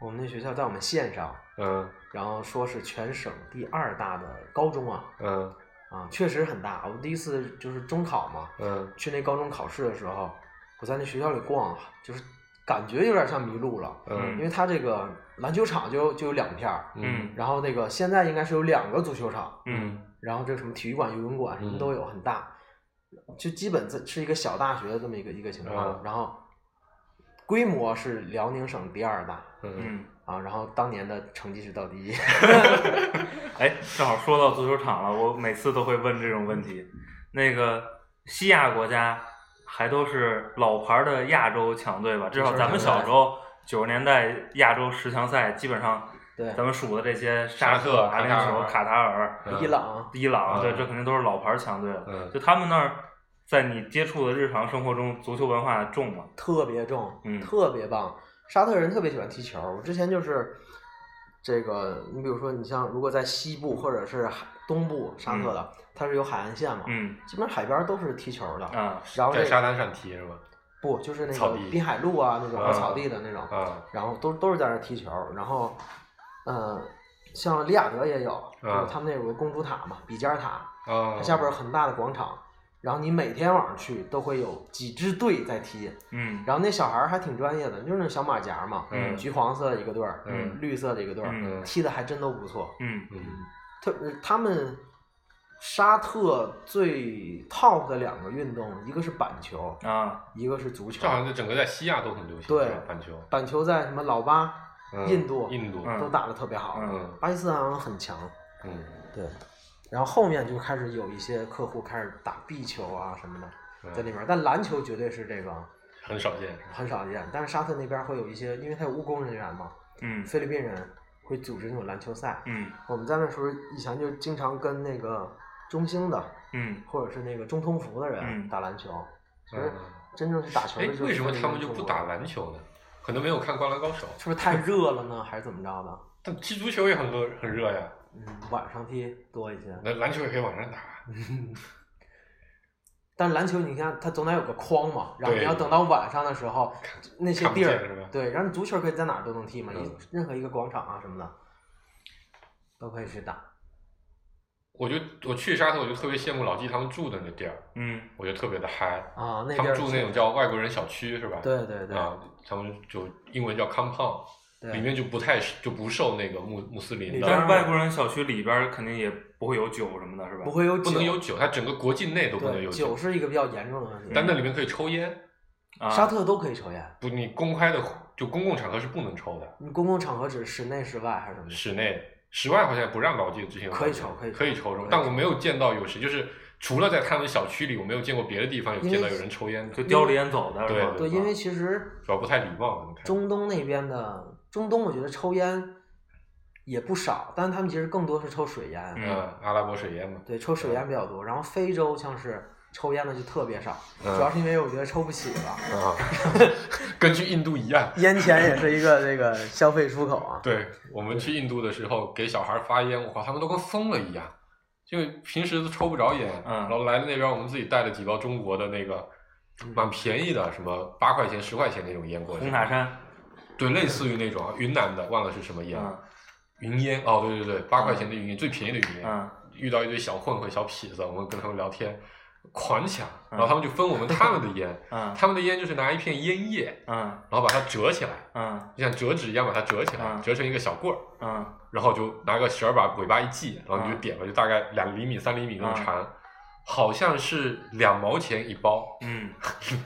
[SPEAKER 5] 我们那学校在我们县上，
[SPEAKER 4] 嗯
[SPEAKER 5] 然后说是全省第二大的高中啊，
[SPEAKER 4] 嗯
[SPEAKER 5] 啊，确实很大。我第一次就是中考嘛，
[SPEAKER 4] 嗯
[SPEAKER 5] 去那高中考试的时候，我在那学校里逛，啊就是感觉有点像迷路了，
[SPEAKER 4] 嗯
[SPEAKER 5] 因为它这个篮球场就就有两片儿，
[SPEAKER 4] 嗯
[SPEAKER 5] 然后那个现在应该是有两个足球场，
[SPEAKER 3] 嗯
[SPEAKER 5] 然后这个什么体育馆、游泳馆什么都有，很大，就基本这是一个小大学的这么一个一个情况，
[SPEAKER 4] 嗯
[SPEAKER 5] 然后规模是辽宁省第二大。
[SPEAKER 4] 嗯
[SPEAKER 3] 嗯，
[SPEAKER 5] 啊，然后当年的成绩是到第 一，
[SPEAKER 3] 哎，正好说到足球场了，我每次都会问这种问题。那个西亚国家还都是老牌的亚洲强队吧？至少咱们小时候九十年代亚洲十强赛，基本上
[SPEAKER 5] 对，
[SPEAKER 3] 咱们数的这些沙
[SPEAKER 4] 沙特
[SPEAKER 3] 特、阿联酋、卡
[SPEAKER 4] 卡
[SPEAKER 3] 塔尔、
[SPEAKER 4] 嗯
[SPEAKER 5] 伊朗，
[SPEAKER 3] 伊朗，
[SPEAKER 4] 嗯
[SPEAKER 3] 对，这肯定都是老牌强队了。
[SPEAKER 4] 嗯
[SPEAKER 3] 就他们那儿，在你接触的日常生活中，足球文化重吗？
[SPEAKER 5] 特别重，
[SPEAKER 3] 嗯
[SPEAKER 5] 特别棒。沙特人特别喜欢踢球，我之前就是这个，你比如说，你像如果在西部或者是海东部沙特的，它是有海岸线嘛，
[SPEAKER 3] 嗯
[SPEAKER 5] 基本上海边儿都是踢球的。
[SPEAKER 3] 啊
[SPEAKER 5] 然后
[SPEAKER 4] 在
[SPEAKER 5] 这
[SPEAKER 4] 沙滩上踢是吗？
[SPEAKER 5] 不就是那
[SPEAKER 4] 草
[SPEAKER 5] 个
[SPEAKER 4] 地
[SPEAKER 5] 滨海路啊，那种
[SPEAKER 4] 啊
[SPEAKER 5] 草地的那种，
[SPEAKER 4] 啊
[SPEAKER 5] 然后都都是在那儿踢球。然后，呃，像利雅得也有，就是他们那有个公主塔嘛，比尖塔，
[SPEAKER 4] 啊，
[SPEAKER 5] 它下边有很大的广场，然后你每天晚上去都会有几支队在踢，
[SPEAKER 3] 嗯
[SPEAKER 5] 然后那小孩儿还挺专业的，就是那小马甲嘛，
[SPEAKER 4] 嗯
[SPEAKER 5] 橘黄色的一个队儿，
[SPEAKER 4] 嗯
[SPEAKER 5] 绿色的一个队儿，
[SPEAKER 3] 嗯
[SPEAKER 5] 踢的还真都不错。
[SPEAKER 3] 嗯
[SPEAKER 4] 嗯
[SPEAKER 5] 特呃他们沙特最 top 的两个运动，一个是板球，
[SPEAKER 3] 啊
[SPEAKER 5] 一个是足球
[SPEAKER 4] 这。好像在整个在西亚都很流行，
[SPEAKER 5] 对
[SPEAKER 4] 是吧板球，
[SPEAKER 5] 板球在什么老八、
[SPEAKER 4] 嗯
[SPEAKER 5] 印度
[SPEAKER 4] 印度，
[SPEAKER 3] 嗯
[SPEAKER 5] 都打得特别好，
[SPEAKER 4] 嗯
[SPEAKER 5] 巴基斯坦很强。
[SPEAKER 4] 嗯
[SPEAKER 5] 对，然后后面就开始有一些客户开始打壁球啊什么的
[SPEAKER 4] 嗯
[SPEAKER 5] 在里面，但篮球绝对是这个
[SPEAKER 4] 很少见，
[SPEAKER 5] 很少见。但是沙特那边会有一些，因为他有务工人员嘛，
[SPEAKER 3] 嗯
[SPEAKER 5] 菲律宾人会组织那种篮球赛。
[SPEAKER 3] 嗯
[SPEAKER 5] 我们在那时候以前就经常跟那个中兴的
[SPEAKER 3] 嗯
[SPEAKER 5] 或者是那个中通服的人
[SPEAKER 3] 嗯
[SPEAKER 5] 打篮球。其实
[SPEAKER 4] 嗯
[SPEAKER 5] 真正是打球
[SPEAKER 4] 哎
[SPEAKER 5] 的就是，
[SPEAKER 4] 为什么
[SPEAKER 5] 菲律宾
[SPEAKER 4] 他们就不
[SPEAKER 5] 中国
[SPEAKER 4] 打
[SPEAKER 5] 人？
[SPEAKER 4] 篮球呢？可能没有看《灌篮高手》，
[SPEAKER 5] 是不是太热了呢， 还是怎么着的？
[SPEAKER 4] 但踢足球也很热，很热呀。
[SPEAKER 5] 嗯，晚上踢多一些。
[SPEAKER 4] 那篮球也可以往上打，
[SPEAKER 5] 但篮球，你看它总得有个框嘛，然后
[SPEAKER 4] 对
[SPEAKER 5] 你要等到晚上的时候，那些地
[SPEAKER 4] 看不见是吧
[SPEAKER 5] 儿，对，然后足球可以在哪儿都能踢嘛，
[SPEAKER 4] 嗯
[SPEAKER 5] 一任何一个广场啊什么的，都可以去打。
[SPEAKER 4] 我就我去沙特，我就特别羡慕老季他们住的那地儿，
[SPEAKER 3] 嗯
[SPEAKER 4] 我就特别的嗨。
[SPEAKER 5] 啊，那
[SPEAKER 4] 他
[SPEAKER 5] 地
[SPEAKER 4] 们
[SPEAKER 5] 儿
[SPEAKER 4] 住
[SPEAKER 5] 是
[SPEAKER 4] 那种叫外国人小区是吧？
[SPEAKER 5] 对对对
[SPEAKER 4] 啊，他们就英文叫 compound，
[SPEAKER 5] 对
[SPEAKER 4] 里面就不太就不受那个穆穆斯林
[SPEAKER 5] 里
[SPEAKER 4] 的，
[SPEAKER 5] 边
[SPEAKER 3] 但是外国人小区里边儿肯定也不会有酒什么的，是吧？
[SPEAKER 5] 不会有
[SPEAKER 4] 不
[SPEAKER 5] 酒，
[SPEAKER 4] 能有酒，它整个国境内都不能
[SPEAKER 5] 对
[SPEAKER 4] 有
[SPEAKER 5] 酒
[SPEAKER 4] 酒，
[SPEAKER 5] 是一个比较严重的问题。
[SPEAKER 4] 但那里面可以抽烟，
[SPEAKER 3] 啊，
[SPEAKER 5] 沙特都可以抽烟，
[SPEAKER 4] 不，你公开的就公共场合是不能抽的，
[SPEAKER 5] 你公共场合只是室内、室外还是什么？
[SPEAKER 4] 室内室外好像也不让保地之前有
[SPEAKER 5] 可以
[SPEAKER 4] 保洁
[SPEAKER 5] 抽可以抽
[SPEAKER 4] 可以抽抽，但我没有见到有谁，就是除了在他们小区里，我没有见过别的地方有
[SPEAKER 5] 因为
[SPEAKER 4] 见到有人抽烟的，
[SPEAKER 3] 就叼着烟走的是吧？
[SPEAKER 5] 对，
[SPEAKER 4] 啊
[SPEAKER 5] 因为其实
[SPEAKER 4] 主要不太礼貌，可能看
[SPEAKER 5] 中东那边的中东，我觉得抽烟也不少，但是他们其实更多是抽水烟，
[SPEAKER 3] 嗯
[SPEAKER 4] 嗯，阿拉伯水烟嘛，
[SPEAKER 5] 对，抽水烟比较多。然后非洲像是抽烟的就特别少，
[SPEAKER 4] 嗯
[SPEAKER 5] 主要是因为我觉得抽不起了。
[SPEAKER 4] 啊，根据印度一样，
[SPEAKER 5] 烟钱也是一个这个消费出口啊，
[SPEAKER 4] 对我们去印度的时候给小孩发烟，我靠，他们都跟疯了一样，因为平时都抽不着烟，
[SPEAKER 3] 嗯
[SPEAKER 4] 然后来了那边我们自己带了几包中国的那个
[SPEAKER 5] 嗯
[SPEAKER 4] 蛮便宜的，什么八块钱、十块钱那种烟过去
[SPEAKER 3] 红，塔山，
[SPEAKER 4] 对，类似于那种啊云南的，忘了是什么烟，啊
[SPEAKER 3] 嗯
[SPEAKER 4] 云烟哦，对对对，八块钱的云烟，最便宜的云烟，
[SPEAKER 3] 嗯，
[SPEAKER 4] 遇到一堆小混混、小痞子，我们跟他们聊天，狂抢，
[SPEAKER 3] 嗯
[SPEAKER 4] 然后他们就分我们他们的烟，
[SPEAKER 3] 嗯
[SPEAKER 4] 他们的烟就是拿一片烟叶，
[SPEAKER 3] 嗯
[SPEAKER 4] 然后把它折起来，
[SPEAKER 3] 嗯
[SPEAKER 4] 就像折纸一样把它折起来，
[SPEAKER 3] 嗯
[SPEAKER 4] 折成一个小棍儿，
[SPEAKER 3] 嗯
[SPEAKER 4] 然后就拿个绳儿把尾巴一系，然后你就
[SPEAKER 3] 嗯
[SPEAKER 4] 点了，就大概两厘米、三厘米那么
[SPEAKER 3] 嗯
[SPEAKER 4] 长，好像是两毛钱一包，
[SPEAKER 3] 嗯，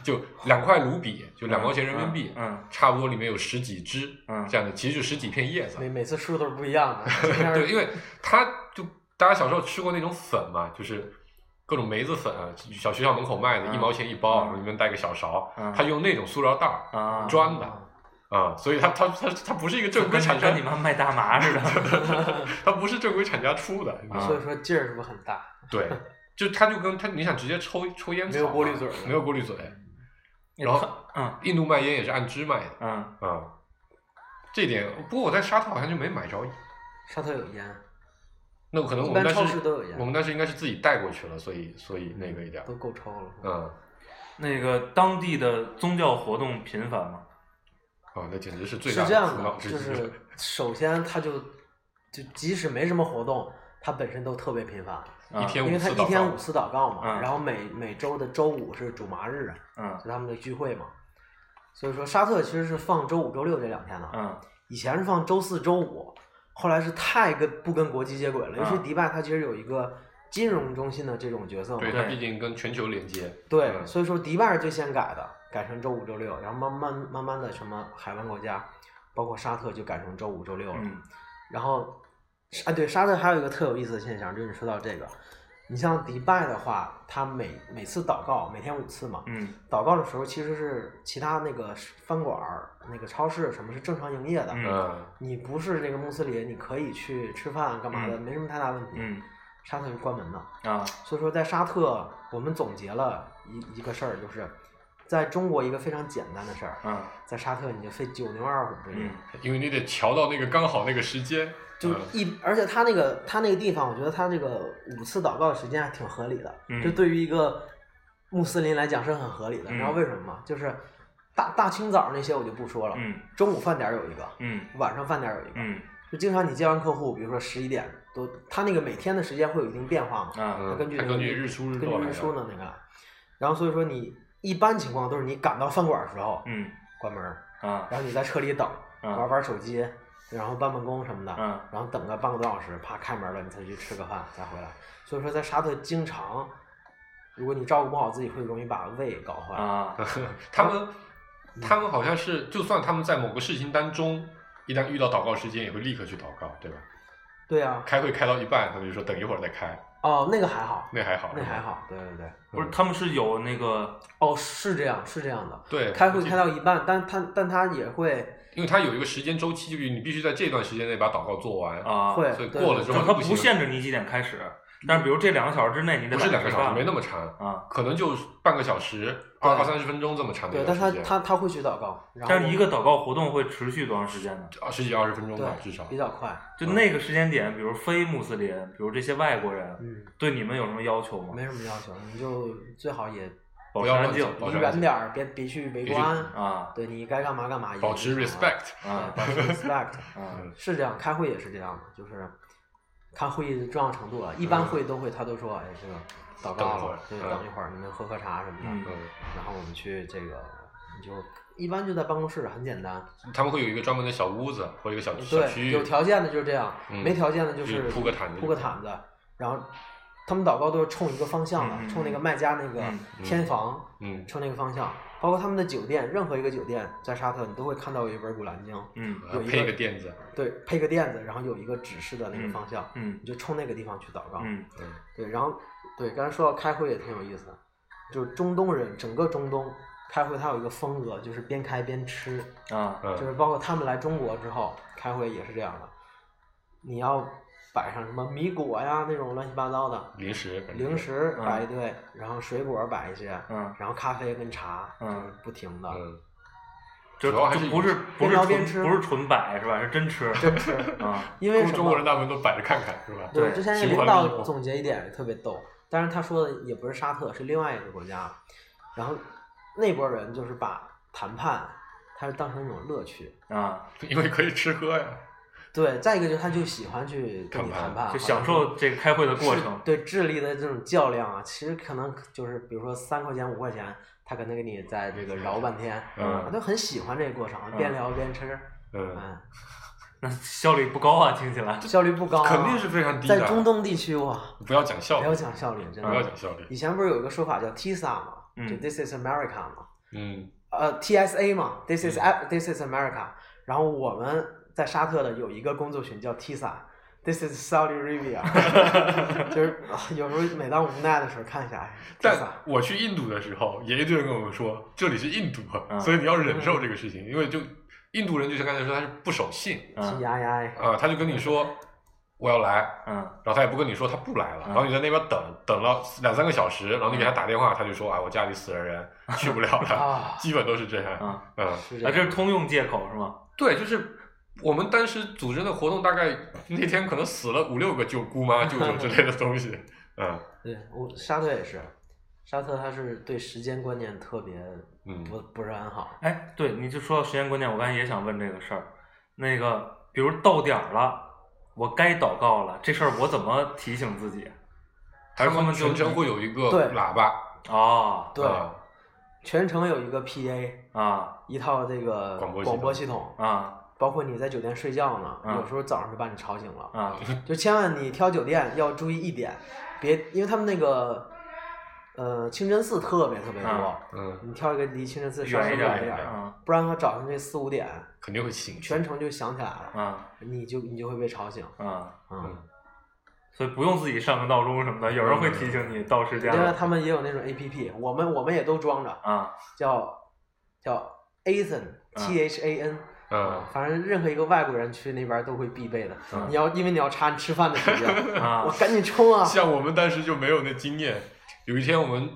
[SPEAKER 4] 就两块卢比，就两毛钱人民币，
[SPEAKER 3] 嗯
[SPEAKER 4] 差不多里面有十几支
[SPEAKER 3] 嗯
[SPEAKER 4] 这样的，其实就十几片叶子
[SPEAKER 5] 每。每次数都是不一样的。这样
[SPEAKER 4] 对，因为它就大家小时候吃过那种粉嘛，就是各种梅子粉，啊小学校门口卖的，
[SPEAKER 3] 嗯
[SPEAKER 4] 一毛钱一
[SPEAKER 3] 嗯
[SPEAKER 4] 包，然后里面带个小勺
[SPEAKER 3] 嗯，
[SPEAKER 4] 他用那种塑料袋儿
[SPEAKER 3] 啊，
[SPEAKER 5] 嗯
[SPEAKER 4] 装的啊，所以它它它它不是一个
[SPEAKER 3] 就
[SPEAKER 4] 正规
[SPEAKER 3] 跟
[SPEAKER 4] 厂
[SPEAKER 3] 你
[SPEAKER 4] 家
[SPEAKER 3] 跟你，们卖大麻似的，
[SPEAKER 4] 它不是正规厂家出的，你知道吗
[SPEAKER 5] 所以说劲儿是不是很大？
[SPEAKER 4] 对，就它就跟它你想直接抽抽烟
[SPEAKER 5] 没有
[SPEAKER 4] 草
[SPEAKER 5] 过
[SPEAKER 4] 嘛
[SPEAKER 5] 滤嘴儿
[SPEAKER 4] 没有过滤嘴， 然后
[SPEAKER 3] 嗯
[SPEAKER 4] 印度卖烟也是按支卖的
[SPEAKER 3] 嗯
[SPEAKER 4] 啊、这一点不过我在沙特好像就没买着烟，
[SPEAKER 5] 沙特有烟，
[SPEAKER 4] 那可能
[SPEAKER 5] 一
[SPEAKER 4] 我
[SPEAKER 5] 般
[SPEAKER 4] 们当
[SPEAKER 5] 超
[SPEAKER 4] 时
[SPEAKER 5] 市都有烟
[SPEAKER 4] 我们当时应该是自己带过去了，所以所以那个一点儿，
[SPEAKER 5] 都够抽了。
[SPEAKER 4] 嗯，啊、
[SPEAKER 3] 那个当地的宗教活动频繁吗？
[SPEAKER 4] 啊那简直是嗯最
[SPEAKER 5] 是
[SPEAKER 4] 大
[SPEAKER 5] 这
[SPEAKER 4] 的
[SPEAKER 5] 样
[SPEAKER 4] 苦恼
[SPEAKER 5] 的，
[SPEAKER 4] 之
[SPEAKER 5] 就
[SPEAKER 4] 一。
[SPEAKER 5] 是首先它就就即使没什么活动，它本身都特别频繁，
[SPEAKER 3] 啊
[SPEAKER 4] 一天
[SPEAKER 5] 因为它
[SPEAKER 4] 次
[SPEAKER 5] 一
[SPEAKER 4] 到
[SPEAKER 5] 天
[SPEAKER 4] 访
[SPEAKER 5] 五次祷告嘛，
[SPEAKER 3] 嗯
[SPEAKER 5] 然后每每周的周五是主麻日，啊
[SPEAKER 3] 嗯
[SPEAKER 5] 是他们的聚会嘛。所以说沙特其实是放周五、周六这两天的，
[SPEAKER 3] 嗯
[SPEAKER 5] 以前是放周四周五，后来是太跟不跟国际接轨了。尤其
[SPEAKER 3] 嗯
[SPEAKER 5] 迪拜，它其实有一个金融中心的这种角色嘛，
[SPEAKER 4] 对
[SPEAKER 3] 对
[SPEAKER 4] 它毕竟跟全球连接，
[SPEAKER 5] 对，
[SPEAKER 4] 嗯
[SPEAKER 5] 所以说迪拜是最先改的，改成周五、周六，然后慢慢慢慢的什么海湾国家，包括沙特就改成周五、周六了。
[SPEAKER 3] 嗯
[SPEAKER 5] 然后啊，对，沙特还有一个特有意思的现象，就是你说到这个，你像迪拜的话，它每每次祷告每天五次嘛，
[SPEAKER 3] 嗯
[SPEAKER 5] 祷告的时候其实是其他那个饭馆儿、那个超市什么是正常营业的，
[SPEAKER 3] 嗯
[SPEAKER 4] 嗯，
[SPEAKER 5] 你不是这个穆斯林，你可以去吃饭干嘛的，
[SPEAKER 3] 嗯
[SPEAKER 5] 没什么太大问题。
[SPEAKER 3] 嗯
[SPEAKER 5] 沙特是关门的。
[SPEAKER 3] 啊
[SPEAKER 5] 所以说，在沙特，我们总结了一一个事儿，就是在中国一个非常简单的事儿，
[SPEAKER 3] 嗯
[SPEAKER 5] 在沙特你就费九牛二虎之力，
[SPEAKER 3] 嗯
[SPEAKER 4] 因为你得调到那个刚好那个时间，
[SPEAKER 5] 就
[SPEAKER 4] 嗯
[SPEAKER 5] 一，而且他那个他那个地方，我觉得他这个五次祷告的时间还挺合理的，
[SPEAKER 3] 嗯
[SPEAKER 5] 这对于一个穆斯林来讲是很合理的。
[SPEAKER 3] 嗯
[SPEAKER 5] 你知道为什么吗？就是大大清早那些我就不说了，
[SPEAKER 3] 嗯
[SPEAKER 5] 中午饭点儿有一个，
[SPEAKER 3] 嗯
[SPEAKER 5] 晚上饭点儿有一个，
[SPEAKER 3] 嗯
[SPEAKER 5] 就经常你接完客户，比如说十一点都，他那个每天的时间会有一定变化嘛，
[SPEAKER 3] 啊
[SPEAKER 5] 它根据
[SPEAKER 4] 它
[SPEAKER 5] 那
[SPEAKER 4] 嗯
[SPEAKER 5] 个
[SPEAKER 4] 根据日出
[SPEAKER 3] 嗯
[SPEAKER 4] 日
[SPEAKER 5] 根
[SPEAKER 4] 落
[SPEAKER 5] 据
[SPEAKER 4] 来啊
[SPEAKER 5] 日出
[SPEAKER 4] 的，
[SPEAKER 5] 呢那个来。然后所以说你一般情况都是你赶到饭馆的时候
[SPEAKER 3] 嗯
[SPEAKER 5] 关门儿，
[SPEAKER 3] 啊
[SPEAKER 5] 然后你在车里等，
[SPEAKER 3] 嗯
[SPEAKER 5] 玩玩手机，然后办办公什么的，
[SPEAKER 3] 嗯
[SPEAKER 5] 然后等个半个多小时，啪开门了你才去吃个饭再回来。所以说在沙特经常，如果你照顾不好自己，会容易把胃搞坏。
[SPEAKER 3] 啊
[SPEAKER 4] 他们
[SPEAKER 5] 嗯
[SPEAKER 4] 他们好像是，就算他们在某个事情当中，一旦遇到祷告时间，也会立刻去祷告，对吧？
[SPEAKER 5] 对啊，
[SPEAKER 4] 开会开到一半，他们就说等一会儿再开，
[SPEAKER 5] 哦那个还好，
[SPEAKER 4] 那还好，
[SPEAKER 5] 那还，好，对对对，
[SPEAKER 3] 不是他们是有那个
[SPEAKER 5] 哦是这样是这样的，
[SPEAKER 4] 对，
[SPEAKER 5] 开会开到一半，但他但他也会
[SPEAKER 4] 因为它有一个时间周期，就是你必须在这段时间内把祷告做完，
[SPEAKER 3] 啊
[SPEAKER 5] 会
[SPEAKER 4] 所以
[SPEAKER 5] 对
[SPEAKER 4] 过了之
[SPEAKER 3] 就
[SPEAKER 4] 后
[SPEAKER 3] 它
[SPEAKER 4] 不行
[SPEAKER 3] 不限制你几点开始，但是比如这两个小时之内你得
[SPEAKER 4] 不是
[SPEAKER 3] 把
[SPEAKER 4] 两
[SPEAKER 3] 它吃
[SPEAKER 4] 个小时，
[SPEAKER 3] 完
[SPEAKER 4] 没那么长，
[SPEAKER 3] 啊，
[SPEAKER 4] 可能就半个小时，二二三十分钟这么长的
[SPEAKER 5] 对
[SPEAKER 4] 一，
[SPEAKER 5] 但
[SPEAKER 4] 段
[SPEAKER 5] 他
[SPEAKER 4] 时间，
[SPEAKER 5] 他他会去祷告，然后
[SPEAKER 3] 但是一个祷告活动会持续多长时间呢？
[SPEAKER 4] 啊十几二十分钟吧，
[SPEAKER 5] 对
[SPEAKER 4] 至少
[SPEAKER 5] 比较快，
[SPEAKER 3] 就那个时间点，比如非穆斯林，比如这些外国人，
[SPEAKER 5] 嗯。
[SPEAKER 3] 对你们有什么要求吗？
[SPEAKER 5] 没什么要求，你就最好也
[SPEAKER 3] 保
[SPEAKER 4] 不
[SPEAKER 3] 持
[SPEAKER 4] 要
[SPEAKER 3] 安
[SPEAKER 4] 乱
[SPEAKER 3] 静
[SPEAKER 4] 讲保
[SPEAKER 5] 离
[SPEAKER 4] 持安
[SPEAKER 5] 远
[SPEAKER 4] 静
[SPEAKER 5] 点儿，别别去围
[SPEAKER 4] 别去
[SPEAKER 5] 观。
[SPEAKER 3] 啊
[SPEAKER 5] 对你该干嘛干嘛，也
[SPEAKER 4] 保持
[SPEAKER 5] 那什么
[SPEAKER 4] respect，
[SPEAKER 5] 对
[SPEAKER 3] 啊
[SPEAKER 5] 保持 respect
[SPEAKER 3] 啊
[SPEAKER 5] 是这样。开会也是这样的，就是看会议的重要程度了。啊一般会都会他都说，哎，这个祷
[SPEAKER 4] 嗯等一
[SPEAKER 5] 告
[SPEAKER 4] 会儿
[SPEAKER 5] 了，对，
[SPEAKER 4] 嗯
[SPEAKER 5] 等一会儿你们喝喝茶什么
[SPEAKER 3] 嗯
[SPEAKER 5] 的，
[SPEAKER 4] 嗯，
[SPEAKER 5] 然后我们去这个，你就一般就在办公室，很简单。
[SPEAKER 4] 他们会有一个专门的小屋子或者一个小小区
[SPEAKER 5] 对，
[SPEAKER 4] 域，
[SPEAKER 5] 有条件的就这样，
[SPEAKER 4] 嗯
[SPEAKER 5] 没条件的就是
[SPEAKER 4] 就是铺个毯子
[SPEAKER 5] 铺个毯子，然后他们祷告都是冲一个方向的，
[SPEAKER 3] 嗯嗯
[SPEAKER 5] 冲那个麦加那个
[SPEAKER 3] 嗯
[SPEAKER 5] 天房，
[SPEAKER 4] 嗯
[SPEAKER 5] 冲那个方向。包括他们的酒店，任何一个酒店在沙特，你都会看到有一本古兰经，
[SPEAKER 3] 嗯
[SPEAKER 5] 有一个
[SPEAKER 4] 配个垫子，
[SPEAKER 5] 对，配个垫子，然后有一个指示的那个方向，
[SPEAKER 3] 嗯
[SPEAKER 5] 你就冲那个地方去祷告。
[SPEAKER 3] 嗯
[SPEAKER 4] 嗯
[SPEAKER 5] 对，然后对，刚才说到开会也挺有意思的，就是中东人，整个中东开会，它有一个风格，就是边开边吃，
[SPEAKER 3] 啊
[SPEAKER 4] 嗯，
[SPEAKER 5] 就是包括他们来中国之后开会也是这样的，你要摆上什么米果呀那种乱七八糟的
[SPEAKER 4] 零食感觉
[SPEAKER 5] 零食
[SPEAKER 3] 嗯
[SPEAKER 5] 摆一堆，然后水果摆一些，
[SPEAKER 3] 嗯，
[SPEAKER 5] 然后咖啡跟茶就
[SPEAKER 3] 嗯
[SPEAKER 5] 是不停的，
[SPEAKER 4] 嗯，
[SPEAKER 3] 就
[SPEAKER 4] 主要还是
[SPEAKER 3] 就不是不
[SPEAKER 5] 边
[SPEAKER 3] 是
[SPEAKER 5] 聊
[SPEAKER 3] 纯
[SPEAKER 5] 边吃
[SPEAKER 3] 不是纯摆是吧？是真吃
[SPEAKER 5] 真是，
[SPEAKER 3] 啊，
[SPEAKER 5] 因为什么？
[SPEAKER 4] 中国人大部分都摆着看看是吧？
[SPEAKER 5] 对，
[SPEAKER 3] 对
[SPEAKER 5] 之前那
[SPEAKER 4] 循
[SPEAKER 5] 领
[SPEAKER 4] 环利
[SPEAKER 5] 导
[SPEAKER 4] 用
[SPEAKER 5] 总结一点特别逗，但是他说的也不是沙特，是另外一个国家。然后那波人就是把谈判，他是当成一种乐趣。
[SPEAKER 3] 啊，
[SPEAKER 4] 因为可以吃喝呀，
[SPEAKER 5] 对，再一个就是他就喜欢去跟
[SPEAKER 4] 谈
[SPEAKER 5] 你
[SPEAKER 4] 判
[SPEAKER 5] 谈判，
[SPEAKER 3] 就享受这个开会的过程。
[SPEAKER 5] 对智力的这种较量啊。其实可能就是比如说三块钱五块钱，他可能给你在这个饶半天，他
[SPEAKER 4] 嗯
[SPEAKER 5] 都很喜欢这个过程，边聊边吃，
[SPEAKER 4] 嗯，
[SPEAKER 5] 嗯，
[SPEAKER 3] 那效率不高啊，听起来。
[SPEAKER 5] 效率不高啊、
[SPEAKER 4] 肯定是非常低的。
[SPEAKER 5] 在中东地区哇，
[SPEAKER 4] 不要讲效
[SPEAKER 5] 不要
[SPEAKER 4] 率，
[SPEAKER 5] 讲效率，真
[SPEAKER 4] 不要
[SPEAKER 5] 的。
[SPEAKER 4] 讲效率，
[SPEAKER 5] 以前不是有一个说法叫 TISA 嘛，
[SPEAKER 3] 嗯
[SPEAKER 5] 就 This is America 嘛，
[SPEAKER 4] 嗯
[SPEAKER 5] 呃 TSA 嘛，This is
[SPEAKER 4] 嗯
[SPEAKER 5] A- This is America。然后我们在沙特的有一个工作群叫 TISA，This is Saudi Arabia，就是 啊有时候每当无奈的时候看一下，哎，TISA
[SPEAKER 4] 但。我去印度的时候，也一堆人跟我说这里是印度啊，
[SPEAKER 3] 嗯
[SPEAKER 4] 所以你要忍受这个事情，因为就印度人就像刚才说他是不守信
[SPEAKER 5] ，T 哎
[SPEAKER 3] 嗯
[SPEAKER 5] I I，
[SPEAKER 4] 啊、他就跟你说我要来，
[SPEAKER 3] 嗯
[SPEAKER 4] 然后他也不跟你说他不来了，
[SPEAKER 3] 嗯
[SPEAKER 4] 然后你在那边等等了两三个小时，然后你给他打电话，他就说啊我家里死了人，去不了了
[SPEAKER 5] 啊，
[SPEAKER 4] 基本都是这样，
[SPEAKER 3] 嗯，
[SPEAKER 4] 嗯，
[SPEAKER 5] 是
[SPEAKER 3] 啊，
[SPEAKER 5] 这
[SPEAKER 3] 这是
[SPEAKER 5] 样
[SPEAKER 3] 通用借口是吗？
[SPEAKER 4] 对，就是。我们当时组织的活动，大概那天可能死了五六个舅姑妈、舅舅之类的东西，嗯
[SPEAKER 5] 对我沙特也是，沙特他是对时间观念特别
[SPEAKER 4] 嗯，
[SPEAKER 5] 不不是很好，
[SPEAKER 3] 哎，对，你就说到时间观念，我刚才也想问这个事儿。那个，比如到点儿了，我该祷告了，这事儿我怎么提醒自己？还是
[SPEAKER 4] 他们
[SPEAKER 3] 就
[SPEAKER 4] 全程会有一个
[SPEAKER 5] 对
[SPEAKER 4] 喇叭，
[SPEAKER 3] 哦
[SPEAKER 5] 对，
[SPEAKER 4] 啊
[SPEAKER 5] 全程有一个 P A，
[SPEAKER 3] 啊
[SPEAKER 5] 一套这个
[SPEAKER 4] 广播系
[SPEAKER 5] 广播
[SPEAKER 4] 统
[SPEAKER 5] 系统，
[SPEAKER 3] 啊
[SPEAKER 5] 包括你在酒店睡觉呢，
[SPEAKER 3] 嗯
[SPEAKER 5] 有时候早上就把你吵醒了，
[SPEAKER 3] 啊！
[SPEAKER 5] 就千万你挑酒店要注意一点，别因为他们那个呃清真寺特别特别多，
[SPEAKER 3] 嗯
[SPEAKER 4] 嗯，
[SPEAKER 5] 你挑一个离清真寺稍微
[SPEAKER 3] 远一
[SPEAKER 5] 远
[SPEAKER 3] 点儿，
[SPEAKER 5] 一点
[SPEAKER 4] 儿
[SPEAKER 5] 儿，
[SPEAKER 3] 嗯
[SPEAKER 5] 不然的话早上这四五点
[SPEAKER 4] 肯定会醒。
[SPEAKER 5] 全程就响起来了，
[SPEAKER 3] 啊
[SPEAKER 5] 你就你就会被吵醒。
[SPEAKER 3] 啊！
[SPEAKER 5] 嗯，
[SPEAKER 3] 所以不用自己上个闹钟什么的，有人会提醒你到时间
[SPEAKER 5] 另外
[SPEAKER 3] 了
[SPEAKER 5] 他们也有那种 A P P，我们我们也都装着，
[SPEAKER 3] 啊
[SPEAKER 5] 叫叫 Athan
[SPEAKER 3] 嗯
[SPEAKER 5] T H A N，
[SPEAKER 4] 嗯，
[SPEAKER 5] 反正任何一个外国人去那边都会必备的。
[SPEAKER 3] 嗯
[SPEAKER 5] 你要因为你要查你吃饭的时间，
[SPEAKER 3] 啊
[SPEAKER 5] 我赶紧冲啊！
[SPEAKER 4] 像我们当时就没有那经验。有一天我们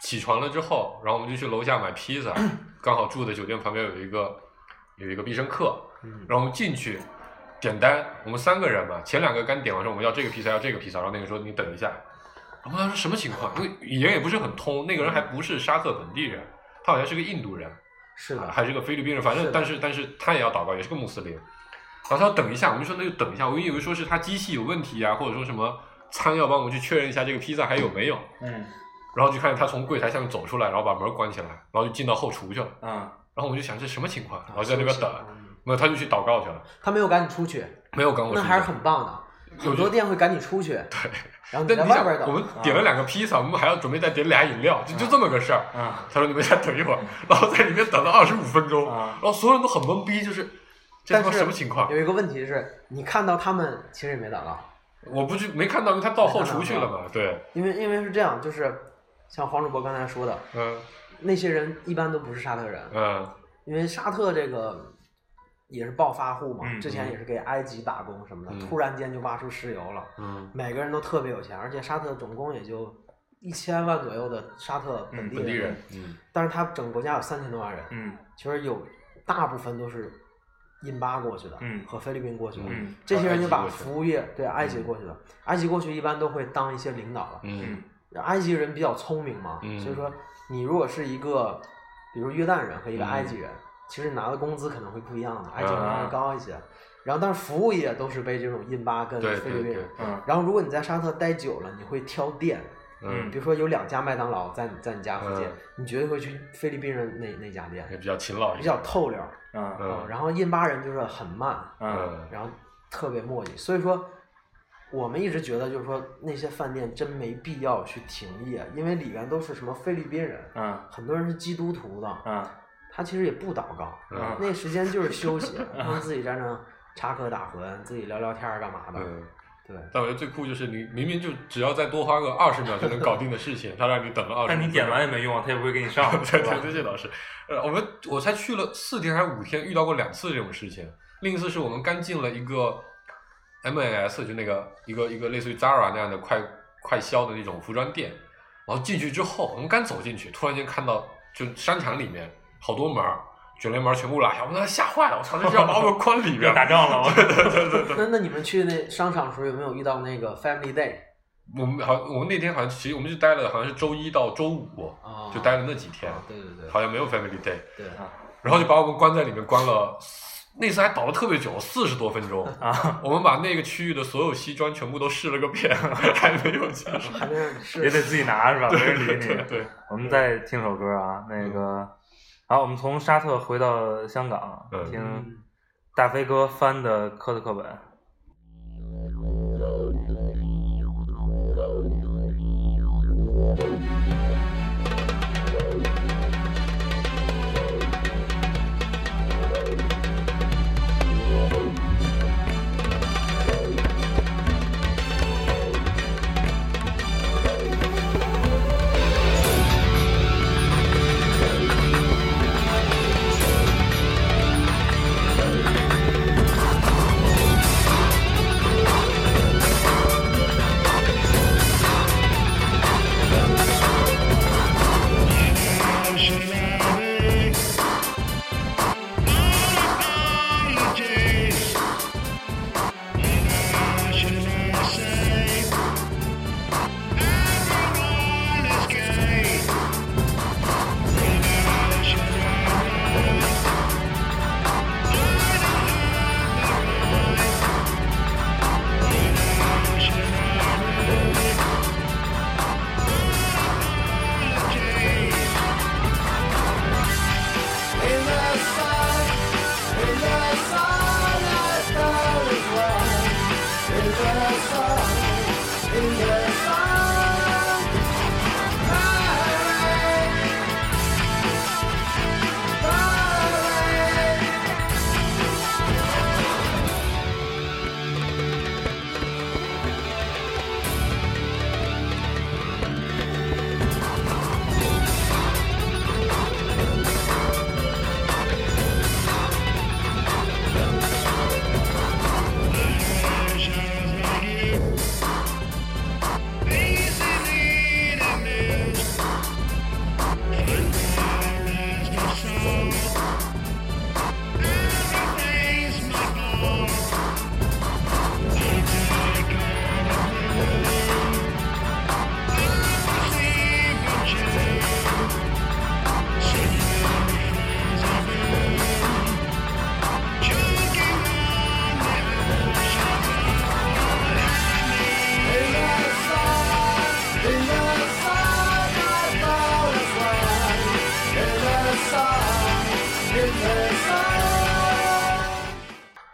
[SPEAKER 4] 起床了之后，然后我们就去楼下买披萨，刚好住的酒店旁边有一个有一个必胜客，
[SPEAKER 5] 嗯
[SPEAKER 4] 然后我们进去点单，我们三个人嘛，前两个刚点完说我们要这个披萨，要这个披萨，然后那个说你等一下，然后他说什么情况？因为语言也不是很通，那个人还不是沙特本地人，他好像是个印度人，
[SPEAKER 5] 是的，
[SPEAKER 4] 啊还是个菲律宾人，反
[SPEAKER 5] 是
[SPEAKER 4] 正
[SPEAKER 5] 的
[SPEAKER 4] 但是但是他也要祷告，也是个穆斯林。然后他说等一下，我们就说那就等一下，我以为说是他机器有问题啊，或者说什么餐要帮我们去确认一下这个披萨还有没有。
[SPEAKER 3] 嗯
[SPEAKER 4] 然后就看见他从柜台下面走出来，然后把门关起来，然后就进到后厨去了。
[SPEAKER 3] 啊
[SPEAKER 4] 然后我就想这什么情况，
[SPEAKER 5] 啊
[SPEAKER 4] 然后在那边等，
[SPEAKER 5] 嗯
[SPEAKER 4] 没有他就去祷告去了，
[SPEAKER 5] 他没有赶你出去，
[SPEAKER 4] 没有跟我
[SPEAKER 5] 那
[SPEAKER 4] 说。
[SPEAKER 5] 还是很棒的。
[SPEAKER 4] 有
[SPEAKER 5] 很多店会赶你出去，对， 然后你
[SPEAKER 4] 但
[SPEAKER 5] 在
[SPEAKER 4] 你
[SPEAKER 5] 外
[SPEAKER 4] 想
[SPEAKER 5] 边，
[SPEAKER 4] 我
[SPEAKER 5] 等啊
[SPEAKER 4] 们。点了两个披萨，我们还要准备再点俩饮料，就就这么个事儿。
[SPEAKER 3] 啊
[SPEAKER 4] 他说你们先等一会
[SPEAKER 5] 嗯
[SPEAKER 4] 儿，然后在里面等了二十五分钟，
[SPEAKER 3] 啊
[SPEAKER 4] 然后所有人都很懵逼，就是这他
[SPEAKER 5] 但
[SPEAKER 4] 妈
[SPEAKER 5] 是
[SPEAKER 4] 什么情况？
[SPEAKER 5] 有一个问题是，你看到他们其实也没祷告，
[SPEAKER 4] 我不去没看到，因为他到后厨去了
[SPEAKER 3] 嗯
[SPEAKER 4] 嘛。对，
[SPEAKER 5] 因为因为是这样，就是像黄主播刚才说的，
[SPEAKER 4] 嗯
[SPEAKER 5] 那些人一般都不是沙特人，
[SPEAKER 4] 嗯
[SPEAKER 5] 因为沙特这个也是暴发户嘛，
[SPEAKER 3] 嗯
[SPEAKER 5] 之前也是给埃及打工什么的，
[SPEAKER 4] 嗯
[SPEAKER 5] 突然间就挖出石油了，
[SPEAKER 4] 嗯，
[SPEAKER 5] 每个人都特别有钱，而且沙特总共也就一千万左右的沙特本地
[SPEAKER 4] 本地人，嗯
[SPEAKER 5] 但是他整个国家有三千多万人，
[SPEAKER 3] 嗯
[SPEAKER 5] 其实有大部分都是印巴过去的，
[SPEAKER 3] 嗯
[SPEAKER 5] 和菲律宾过去的，
[SPEAKER 3] 嗯
[SPEAKER 5] 这些人就
[SPEAKER 4] 还有
[SPEAKER 5] 把
[SPEAKER 4] 埃及过去
[SPEAKER 5] 服务业对埃及过去的，埃及过去一般都会当一些领导了。
[SPEAKER 4] 嗯
[SPEAKER 3] 嗯
[SPEAKER 5] 埃及人比较聪明嘛，
[SPEAKER 4] 嗯
[SPEAKER 5] 所以说你如果是一个，比如约旦人
[SPEAKER 4] 嗯
[SPEAKER 5] 和一个埃及人，其实拿的工资可能会不一样的，埃及人
[SPEAKER 3] 啊
[SPEAKER 5] 会高一些。然后，但是服务业都是被这种印巴跟
[SPEAKER 4] 对
[SPEAKER 5] 菲律宾
[SPEAKER 4] 对
[SPEAKER 5] 人
[SPEAKER 4] 对。
[SPEAKER 3] 嗯
[SPEAKER 5] 然后，如果你在沙特待久了，你会挑店，
[SPEAKER 4] 嗯，
[SPEAKER 5] 比如说有两家麦当劳在你在你家附近
[SPEAKER 4] 嗯，
[SPEAKER 5] 你绝对会去菲律宾人那那家店，
[SPEAKER 4] 也比较勤劳一
[SPEAKER 5] 比
[SPEAKER 4] 点，
[SPEAKER 5] 较透溜儿。
[SPEAKER 3] 嗯
[SPEAKER 5] 嗯
[SPEAKER 4] 嗯
[SPEAKER 5] 然后印巴人就是很慢，
[SPEAKER 3] 嗯
[SPEAKER 4] 嗯
[SPEAKER 5] 然后特别磨叽，所以说我们一直觉得就是说那些饭店真没必要去停业，因为里面都是什么菲律宾人，
[SPEAKER 3] 嗯
[SPEAKER 5] 很多人是基督徒的，
[SPEAKER 3] 嗯
[SPEAKER 5] 他其实也不祷告，
[SPEAKER 3] 嗯
[SPEAKER 5] 那时间就是休息，他们自己在那儿插科打诨，自己聊聊天儿干嘛的。
[SPEAKER 4] 嗯，
[SPEAKER 5] 对，
[SPEAKER 4] 但我觉得最酷就是你明明就只要再多花个二十秒就能搞定的事情，他让你等了二十。，
[SPEAKER 3] 但你点完也没用啊，他也不会给你上
[SPEAKER 4] 对
[SPEAKER 3] 是吧
[SPEAKER 4] 对对，这倒是。呃，我们我才去了四天还是五天，遇到过两次这种事情。另一次是我们刚进了一个 M&S，就那个一个一个类似于 Zara 那样的快快销的那种服装店，然后进去之后，我们刚走进去，突然间看到就商场里面好多门儿卷帘门儿全部拉下，我们当时吓坏了，我操，这是要把我们关里边
[SPEAKER 3] 要
[SPEAKER 4] 儿。
[SPEAKER 3] 打仗了，我
[SPEAKER 5] 那那你们去那商场的时候有没有遇到那个 Family Day
[SPEAKER 4] 我们好，我们那天好像其实我们就待了，好像是周一到周五，
[SPEAKER 5] 啊
[SPEAKER 4] 就待了那几天，
[SPEAKER 3] 哦
[SPEAKER 5] 啊对对对，
[SPEAKER 4] 好像没有 Family Day。
[SPEAKER 5] 对
[SPEAKER 3] 啊
[SPEAKER 4] 然后就把我们关在里面关了，那次还倒了特别久，四十多分钟。
[SPEAKER 3] 啊，
[SPEAKER 4] 我们把那个区域的所有西装全部都试了个 遍，还没有结束。
[SPEAKER 5] 还没让你试
[SPEAKER 3] 也得自己拿是吧？啊没人理你。
[SPEAKER 4] 对对，
[SPEAKER 3] 我们再听首歌啊，那个，好，我们从沙特回到香港
[SPEAKER 4] 嗯，
[SPEAKER 3] 听大飞哥翻的科的课本。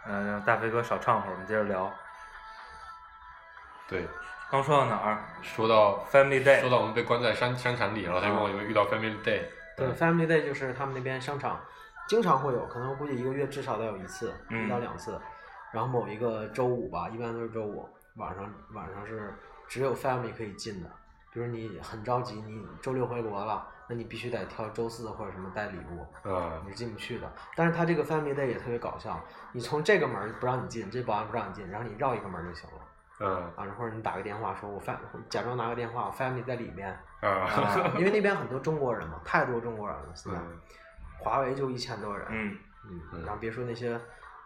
[SPEAKER 3] 嗯，让大飞哥少唱会儿，我们接着聊。
[SPEAKER 4] 对，
[SPEAKER 3] 刚说到哪儿
[SPEAKER 4] 说到
[SPEAKER 3] ？Family Day。
[SPEAKER 4] 说到我们被关在商商场里，然后他就问
[SPEAKER 3] 啊
[SPEAKER 4] 我有没有遇到 Family Day。
[SPEAKER 5] 对 Family Day 就是他们那边商场经常会有，可能我估计一个月至少得有一次，
[SPEAKER 3] 嗯
[SPEAKER 5] 一到两次。然后某一个周五吧，一般都是周五晚上，晚上是只有 Family 可以进的。比如你很着急，你周六回国了，那你必须得挑周四或者什么带礼物，
[SPEAKER 4] 嗯
[SPEAKER 5] 你是进不去的。但是他这个 Family Day 也特别搞笑，你从这个门儿不让你进，这保安不让你进，然后你绕一个门儿就行了。
[SPEAKER 4] 嗯
[SPEAKER 5] 啊，或者你打个电话说，我 fam 假装拿个电话，我 family 在里面，
[SPEAKER 3] 啊
[SPEAKER 4] 嗯
[SPEAKER 5] 因为那边很多中国人嘛，太多中国人了，现在、
[SPEAKER 4] 嗯
[SPEAKER 5] 华为就一千多人，
[SPEAKER 3] 嗯
[SPEAKER 5] 嗯
[SPEAKER 4] 嗯
[SPEAKER 5] 然后别说那些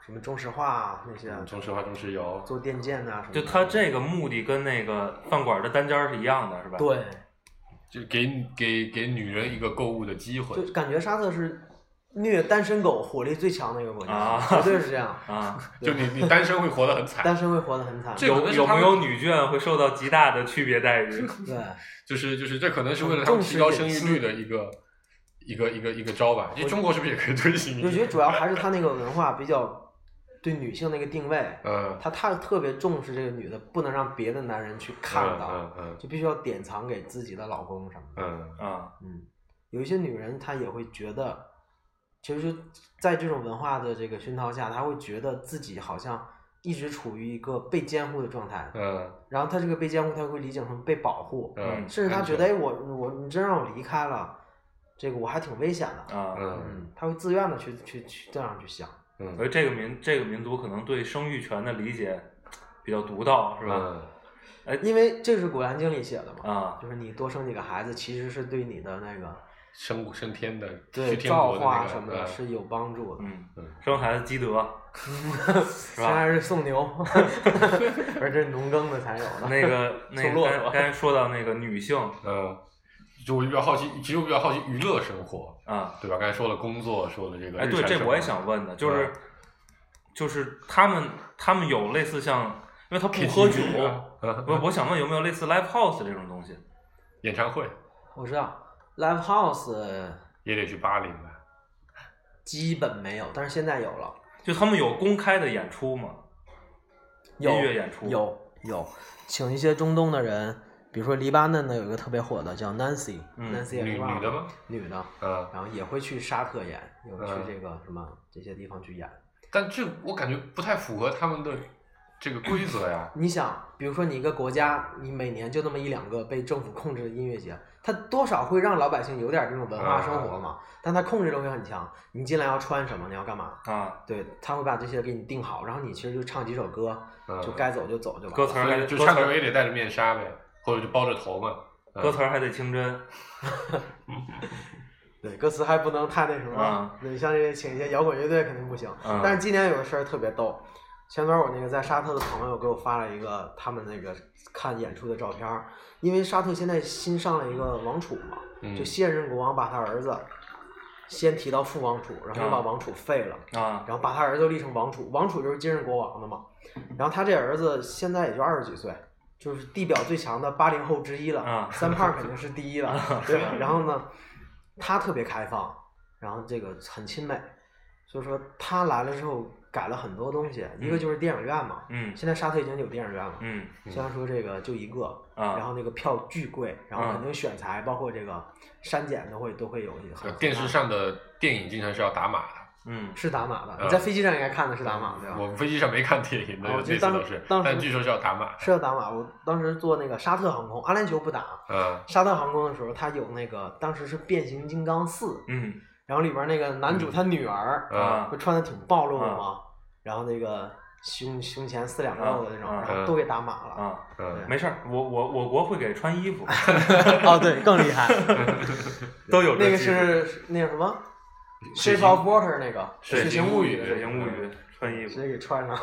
[SPEAKER 5] 什么中石化啊那些
[SPEAKER 4] 中石化、中石油，
[SPEAKER 5] 做电建呐、什么的，
[SPEAKER 3] 就他这个目的跟那个饭馆的单间儿是一样的，是吧？。
[SPEAKER 5] 对，
[SPEAKER 4] 就给给给女人一个购物的机会。
[SPEAKER 5] 就感觉沙特是虐单身狗火力最强的一个国家，
[SPEAKER 3] 啊
[SPEAKER 5] 绝对是这样，
[SPEAKER 3] 啊，
[SPEAKER 4] 就你你单身会活得很惨。
[SPEAKER 5] 单身会活得很惨，
[SPEAKER 4] 这可
[SPEAKER 3] 有
[SPEAKER 4] 能是
[SPEAKER 3] 有
[SPEAKER 4] 他
[SPEAKER 3] 没
[SPEAKER 4] 们
[SPEAKER 3] 有女眷会受到极大的区别待遇？
[SPEAKER 5] 对，
[SPEAKER 4] 就是就是，这可能是
[SPEAKER 3] 嗯
[SPEAKER 4] 为了他们提高生育率的一个一个一个一个招吧。因为中国是不是也可以推行？
[SPEAKER 5] 我觉得主要还是他那个文化比较对女性那个定位，
[SPEAKER 4] 嗯，
[SPEAKER 5] 他太特别重视这个女的，不能让别的男人去看到，
[SPEAKER 4] 嗯嗯
[SPEAKER 5] 就必须要典藏给自己的老公什么的。
[SPEAKER 4] 嗯
[SPEAKER 3] 啊，
[SPEAKER 5] 嗯，有一些女人她也会觉得，其实，在这种文化的这个熏陶下，她会觉得自己好像一直处于一个被监护的状态，
[SPEAKER 4] 嗯
[SPEAKER 5] 然后她这个被监护，她会理解成被保护，
[SPEAKER 4] 嗯，
[SPEAKER 5] 甚至她
[SPEAKER 4] 安
[SPEAKER 5] 觉
[SPEAKER 4] 全
[SPEAKER 5] 得，哎，我我你真让我离开了，这个我还挺危险的。
[SPEAKER 3] 啊，
[SPEAKER 4] 嗯
[SPEAKER 5] 嗯，她会自愿的去去去这样去想。
[SPEAKER 3] 所
[SPEAKER 4] 嗯，
[SPEAKER 3] 以这个民这个民族可能对生育权的理解比较独到，是吧？
[SPEAKER 4] 嗯
[SPEAKER 5] 因为这是《古兰经》里写的嘛，
[SPEAKER 3] 啊，
[SPEAKER 5] 就是你多生几个孩子，其实是对你的那个
[SPEAKER 4] 升升天的，
[SPEAKER 5] 对
[SPEAKER 4] 去天国
[SPEAKER 5] 造
[SPEAKER 4] 的
[SPEAKER 5] 化
[SPEAKER 4] 那个
[SPEAKER 5] 什么的
[SPEAKER 4] 嗯
[SPEAKER 5] 是有帮助的。
[SPEAKER 3] 嗯
[SPEAKER 4] 嗯，
[SPEAKER 3] 生孩子积德，是
[SPEAKER 5] 虽
[SPEAKER 3] 吧？
[SPEAKER 5] 然是送牛，而这是农耕的才有的。
[SPEAKER 3] 那 个那
[SPEAKER 5] 送
[SPEAKER 3] 个刚
[SPEAKER 5] 骆
[SPEAKER 3] 才
[SPEAKER 5] 驼
[SPEAKER 3] 刚才说到那个女性
[SPEAKER 4] 嗯，就我就比较好奇，其实我比较好奇娱乐生活，
[SPEAKER 3] 啊，
[SPEAKER 4] 对吧？刚才说了工作，说了嗯这个
[SPEAKER 3] 哎，
[SPEAKER 4] 日
[SPEAKER 3] 对，
[SPEAKER 4] 常
[SPEAKER 3] 这
[SPEAKER 4] 生
[SPEAKER 3] 我也
[SPEAKER 4] 活
[SPEAKER 3] 想问的，就
[SPEAKER 4] 对
[SPEAKER 3] 是就是他们他们有类似像，因为他不喝酒，
[SPEAKER 4] KTV 啊嗯
[SPEAKER 3] 不，我想问有没有类似 live house 这种东西
[SPEAKER 4] 演唱会
[SPEAKER 5] 我知道，live house
[SPEAKER 4] 也得去巴黎吧？
[SPEAKER 5] 基本没有，但是现在有了，
[SPEAKER 3] 就他们有公开的演出吗？
[SPEAKER 5] 有
[SPEAKER 3] 音乐演出
[SPEAKER 5] 有有，请一些中东的人，比如说黎巴嫩的有一个特别火的叫 Nancy，Nancy、
[SPEAKER 3] 嗯
[SPEAKER 5] Nancy
[SPEAKER 4] 女
[SPEAKER 5] Erdogan，
[SPEAKER 4] 女的吗？
[SPEAKER 5] 女的，
[SPEAKER 4] 嗯，
[SPEAKER 5] 然后也会去沙特演，有去
[SPEAKER 4] 嗯
[SPEAKER 5] 这个什么这些地方去演。
[SPEAKER 4] 但这我感觉不太符合他们的这个规则 呀。
[SPEAKER 5] 你想，比如说你一个国家，你每年就那么一两个被政府控制的音乐节，它多少会让老百姓有点这种文化生活嘛，但它控制能力很强。你进来要穿什么，你要干嘛？
[SPEAKER 3] 啊，
[SPEAKER 5] 对，他会把这些给你定好，然后你其实就唱几首歌，
[SPEAKER 4] 嗯，
[SPEAKER 5] 就该走就走就完了。
[SPEAKER 3] 歌词儿
[SPEAKER 4] 所
[SPEAKER 3] 还
[SPEAKER 4] 以
[SPEAKER 3] 得
[SPEAKER 4] 就
[SPEAKER 3] 歌
[SPEAKER 4] 唱
[SPEAKER 3] 词
[SPEAKER 4] 歌
[SPEAKER 3] 儿
[SPEAKER 4] 也得戴着面纱呗，或者就包着头嘛。嗯
[SPEAKER 3] 歌词儿还得清真
[SPEAKER 5] 对，歌词还不能太那什么
[SPEAKER 3] 啊。
[SPEAKER 5] 你、像这些请一些摇滚乐队肯定不行。
[SPEAKER 3] 嗯
[SPEAKER 5] 但是今年有个事儿特别逗，前段我那个在沙特的朋友给我发了一个他们那个看演出的照片儿，因为沙特现在新上了一个王储嘛，
[SPEAKER 4] 嗯
[SPEAKER 5] 就现任国王把他儿子先提到副王储，然后又把
[SPEAKER 3] 啊
[SPEAKER 5] 王储废了。
[SPEAKER 3] 啊
[SPEAKER 5] 然后把他儿子立成王储，王储就是今日国王的嘛。然后他这儿子现在也就二十几岁，就是地表最强的八零后之一了，
[SPEAKER 3] 啊
[SPEAKER 5] 三胖肯定是第一了，对吧？然后呢，他特别开放，然后这个很亲美，所以说他来了之后改了很多东西，一个就是电影院嘛，
[SPEAKER 3] 嗯
[SPEAKER 5] 现在沙特已经有电影院了，
[SPEAKER 3] 嗯
[SPEAKER 5] 虽然说这个就一个，
[SPEAKER 3] 啊
[SPEAKER 5] 然后那个票巨贵，然后
[SPEAKER 3] 啊
[SPEAKER 5] 肯定选材包括这个删减都会都会有很
[SPEAKER 4] 呃电视上的电影经常是要打码的，
[SPEAKER 3] 嗯
[SPEAKER 5] 是打码的，
[SPEAKER 4] 嗯
[SPEAKER 5] 你在飞机上应该看的是打码对吧？
[SPEAKER 4] 我飞机上没看电影
[SPEAKER 5] 啊
[SPEAKER 4] 的，
[SPEAKER 5] 我
[SPEAKER 4] 这
[SPEAKER 5] 觉得
[SPEAKER 4] 次
[SPEAKER 5] 当
[SPEAKER 4] 都是，
[SPEAKER 5] 当时
[SPEAKER 4] 但据说是要打
[SPEAKER 3] 啊
[SPEAKER 4] 码的。
[SPEAKER 5] 是要打码。我当时坐那个沙特航空，阿联酋不打，
[SPEAKER 4] 嗯
[SPEAKER 5] 沙特航空的时候，它有那个当时是变形金刚四，
[SPEAKER 3] 嗯
[SPEAKER 5] 然后里边那个男主他女儿
[SPEAKER 4] 啊
[SPEAKER 5] 不穿的挺暴露的
[SPEAKER 3] 啊
[SPEAKER 5] 吗？然后那个胸胸前四两肉的那种，
[SPEAKER 3] 啊
[SPEAKER 5] 然
[SPEAKER 3] 啊
[SPEAKER 5] 后都给打码了。
[SPEAKER 3] 啊，
[SPEAKER 4] 嗯
[SPEAKER 3] 没事儿，我我我国会给穿衣服，
[SPEAKER 5] 哦，对，更厉害，
[SPEAKER 3] 都有这
[SPEAKER 5] 那个
[SPEAKER 3] 技术
[SPEAKER 5] 是那个什么《
[SPEAKER 4] 水
[SPEAKER 5] Shape of Water》那个《
[SPEAKER 3] 水
[SPEAKER 5] 水
[SPEAKER 3] 形
[SPEAKER 5] 形
[SPEAKER 3] 物
[SPEAKER 5] 物语》
[SPEAKER 3] 水形物语穿衣
[SPEAKER 5] 直
[SPEAKER 3] 服，
[SPEAKER 5] 接给穿上，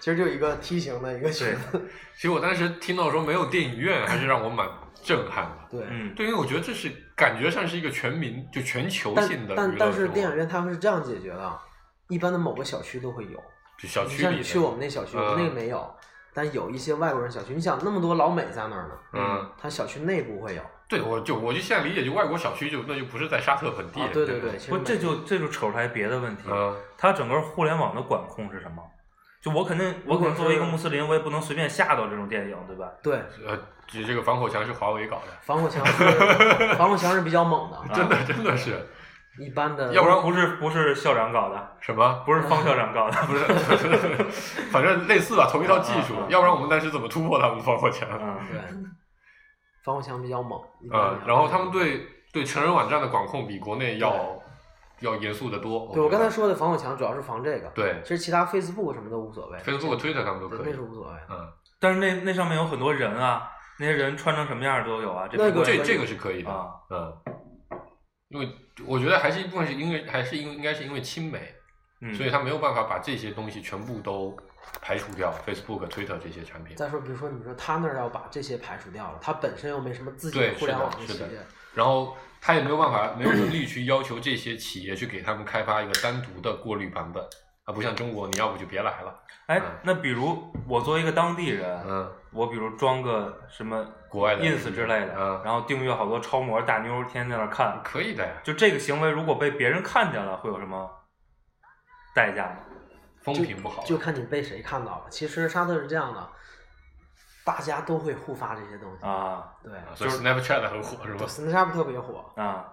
[SPEAKER 5] 其实就一个梯形的一个裙子，
[SPEAKER 4] 其实我当时听到说没有电影院，还是让我蛮震撼的。
[SPEAKER 5] 对。
[SPEAKER 3] 嗯
[SPEAKER 4] 对，因为我觉得这是感觉上是一个全民就全球
[SPEAKER 5] 但
[SPEAKER 4] 性的娱
[SPEAKER 5] 但
[SPEAKER 4] 乐
[SPEAKER 5] 但
[SPEAKER 4] 生
[SPEAKER 5] 是
[SPEAKER 4] 活
[SPEAKER 5] 电影院他们是这样解决的，一般的某个小区都会有，
[SPEAKER 4] 就小
[SPEAKER 5] 你
[SPEAKER 4] 区
[SPEAKER 5] 像
[SPEAKER 4] 里
[SPEAKER 5] 你
[SPEAKER 4] 的
[SPEAKER 5] 去我们那小区，
[SPEAKER 4] 嗯
[SPEAKER 5] 我们那个没有，但有一些外国人小区，你想那么多老美在那儿呢，
[SPEAKER 4] 嗯，
[SPEAKER 5] 他小区内部会有，啊，
[SPEAKER 4] 对，我就我就现在理解，就外国小区就那就不是在沙特本地，
[SPEAKER 5] 啊对
[SPEAKER 4] 对
[SPEAKER 5] 对对，，其
[SPEAKER 3] 不
[SPEAKER 5] 实
[SPEAKER 3] 这就这就扯出来别的问题，
[SPEAKER 4] 嗯
[SPEAKER 3] 它整个互联网的管控是什么？就我肯定，我可能作为一个穆斯林，我也不能随便下到这种电影，对吧？
[SPEAKER 5] 对
[SPEAKER 4] 呃，这这个防火墙是华为搞的，
[SPEAKER 5] 防火墙是防火墙是比较猛的，啊
[SPEAKER 4] 真的真的是
[SPEAKER 5] 一般的
[SPEAKER 4] 要不然
[SPEAKER 3] 不是不是校长搞的，
[SPEAKER 4] 什么？
[SPEAKER 3] 不是方校长搞 的，
[SPEAKER 4] 不是，反正类似吧，同一套技术
[SPEAKER 3] 啊啊，啊
[SPEAKER 4] 要不然我们当时怎么突破他们的防火墙？
[SPEAKER 3] 嗯
[SPEAKER 5] 对防火墙比较猛，一般
[SPEAKER 4] 呃
[SPEAKER 5] 的，
[SPEAKER 4] 然后他们对对成人网站的管控比国内要要严肃得多。
[SPEAKER 5] 对我
[SPEAKER 4] 觉
[SPEAKER 5] 刚才
[SPEAKER 4] 得
[SPEAKER 5] 说的防火墙主要是防这个，
[SPEAKER 4] 对
[SPEAKER 5] 其实其他 Facebook 什么都无所谓
[SPEAKER 4] Facebook、Twitter 他们都
[SPEAKER 5] 对
[SPEAKER 4] 可
[SPEAKER 5] 那
[SPEAKER 4] 以
[SPEAKER 5] 是，无所谓，
[SPEAKER 4] 嗯，
[SPEAKER 3] 但是那那上面有很多人啊，那些人穿成什么样都有啊，这
[SPEAKER 5] 那
[SPEAKER 3] 不
[SPEAKER 5] 个
[SPEAKER 3] 会
[SPEAKER 4] 这这个是可以的，
[SPEAKER 3] 啊，
[SPEAKER 4] 嗯，因为我觉得还是一部分是因为还是因为应该是因为亲美。
[SPEAKER 3] 嗯，
[SPEAKER 4] 所以他没有办法把这些东西全部都排除掉，Facebook、Twitter 这些产品。
[SPEAKER 5] 再说比如说你说他那儿要把这些排除掉了，他本身又没什么自己
[SPEAKER 4] 对
[SPEAKER 5] 的互联网
[SPEAKER 4] 是的
[SPEAKER 5] 企
[SPEAKER 4] 是的
[SPEAKER 5] 业，
[SPEAKER 4] 然后他也没有办法，没有能力去要求这些企业去给他们开发一个单独的过滤版本，啊，不像中国，你要不就别来了，
[SPEAKER 3] 哎
[SPEAKER 4] 嗯，
[SPEAKER 3] 那比如我作为一个当地
[SPEAKER 5] 啊
[SPEAKER 3] 人，
[SPEAKER 4] 嗯，
[SPEAKER 3] 我比如装个什么
[SPEAKER 4] 国外的
[SPEAKER 3] ins 之类的，
[SPEAKER 4] 嗯
[SPEAKER 3] 然后订阅好多超模大妞，天天在那儿看，
[SPEAKER 4] 可以的呀，
[SPEAKER 3] 就这个行为如果被别人看见了，会有什么代价吗？
[SPEAKER 4] 风
[SPEAKER 5] 就
[SPEAKER 4] 评不好，
[SPEAKER 5] 就看你被谁看到了。其实沙特是这样的，大家都会互发这些东西，
[SPEAKER 3] 啊
[SPEAKER 5] 对，
[SPEAKER 4] 啊所以 Snapchat 很火是吧
[SPEAKER 5] 对？，Snap 特别火，
[SPEAKER 3] 啊，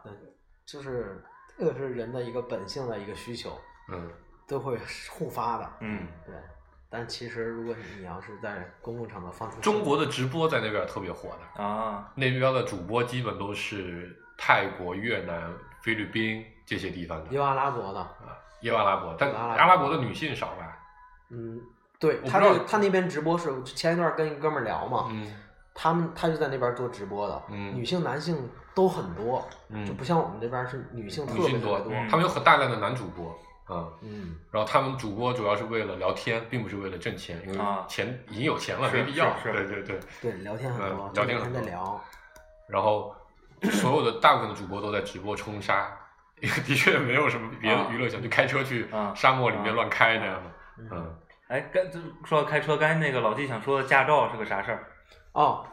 [SPEAKER 5] 就是这个是人的一个本性的一个需求，
[SPEAKER 4] 嗯，
[SPEAKER 5] 都会互发的，
[SPEAKER 3] 嗯，
[SPEAKER 5] 对。但其实如果你要是在公共场合放出
[SPEAKER 4] 中国的直播在那边特别火的，
[SPEAKER 3] 啊，
[SPEAKER 4] 那边的主播基本都是泰国、越南、菲律宾这些地方的，
[SPEAKER 5] 有阿拉伯的，
[SPEAKER 4] 啊，也有阿拉伯，但
[SPEAKER 5] 有阿拉伯
[SPEAKER 4] 阿拉伯的女性少吧？
[SPEAKER 5] 嗯，对
[SPEAKER 4] 我
[SPEAKER 5] 他
[SPEAKER 4] 不知
[SPEAKER 5] 那
[SPEAKER 4] 道
[SPEAKER 5] 他那边直播是前一段跟一哥们儿聊嘛，
[SPEAKER 4] 嗯
[SPEAKER 5] 他们他就在那边做直播的，
[SPEAKER 4] 嗯
[SPEAKER 5] 女性男性都很多，
[SPEAKER 4] 嗯
[SPEAKER 5] 就不像我们这边是女性特
[SPEAKER 4] 女
[SPEAKER 5] 别特别
[SPEAKER 4] 性多，嗯
[SPEAKER 5] 多，
[SPEAKER 4] 他们有很大量的男主播，嗯，
[SPEAKER 5] 嗯，
[SPEAKER 4] 然后他们主播主要是为了聊天，并不是为了挣钱，因
[SPEAKER 3] 啊
[SPEAKER 4] 为钱已经有钱了，
[SPEAKER 3] 是
[SPEAKER 4] 没必要。
[SPEAKER 3] 是
[SPEAKER 4] 对
[SPEAKER 3] 是
[SPEAKER 4] 对对。
[SPEAKER 5] 对，聊天很多，
[SPEAKER 4] 嗯聊天
[SPEAKER 5] 就每天
[SPEAKER 4] 很
[SPEAKER 5] 在
[SPEAKER 4] 多
[SPEAKER 5] 聊，
[SPEAKER 4] 然后所有的大部分的主播都在直播冲沙，因为的确没有什么别的娱乐项，就开车去
[SPEAKER 3] 啊
[SPEAKER 4] 沙漠里面乱开那样的。
[SPEAKER 5] 嗯，
[SPEAKER 4] 嗯，
[SPEAKER 3] 哎，刚就说到开车，刚才那个老季想说的驾照是个啥事儿？
[SPEAKER 5] 哦，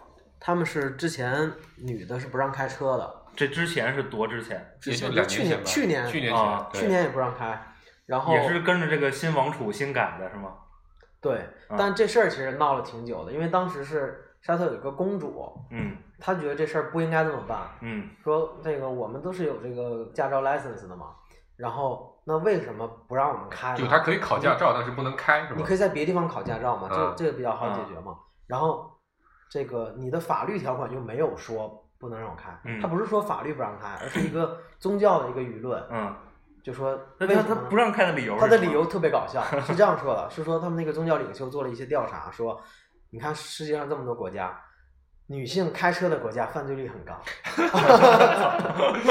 [SPEAKER 5] 他们是之前女的是不让开车的，
[SPEAKER 3] 这之前是多之前，
[SPEAKER 5] 之
[SPEAKER 4] 也就
[SPEAKER 5] 前
[SPEAKER 4] 两
[SPEAKER 5] 去
[SPEAKER 4] 年前吧，
[SPEAKER 5] 去年哦
[SPEAKER 4] 去年
[SPEAKER 3] 啊
[SPEAKER 4] 前，对
[SPEAKER 5] 去年也不让开，然后
[SPEAKER 3] 也是跟着这个新王储新改的是吗？
[SPEAKER 5] 对，
[SPEAKER 4] 嗯
[SPEAKER 5] 但这事儿其实闹了挺久的，因为当时是沙特有一个公主，
[SPEAKER 3] 嗯
[SPEAKER 5] 她觉得这事儿不应该这么办，
[SPEAKER 3] 嗯
[SPEAKER 5] 说那个我们都是有这个驾照 license 的嘛，然后那为什么不让我们开呢？
[SPEAKER 4] 就他可以考驾照，但是不能开，是
[SPEAKER 5] 你
[SPEAKER 4] 吧
[SPEAKER 5] 可？以在别地方考驾照嘛，
[SPEAKER 4] 啊
[SPEAKER 5] 这这个比较好解决嘛。然后这个你的法律条款就没有说不能让我开，
[SPEAKER 3] 嗯
[SPEAKER 5] 他不是说法律不让开，而是一个宗教的一个舆论，
[SPEAKER 3] 嗯，
[SPEAKER 5] 就说
[SPEAKER 3] 那
[SPEAKER 5] 为
[SPEAKER 3] 他
[SPEAKER 5] 什么
[SPEAKER 3] 他不让开的理由是
[SPEAKER 5] 他的
[SPEAKER 3] 什么
[SPEAKER 5] 理由特别搞笑，是这样说的：是说他们那个宗教领袖做了一些调查，说你看世界上这么多国家，女性开车的国家犯罪率很高，
[SPEAKER 3] 嗯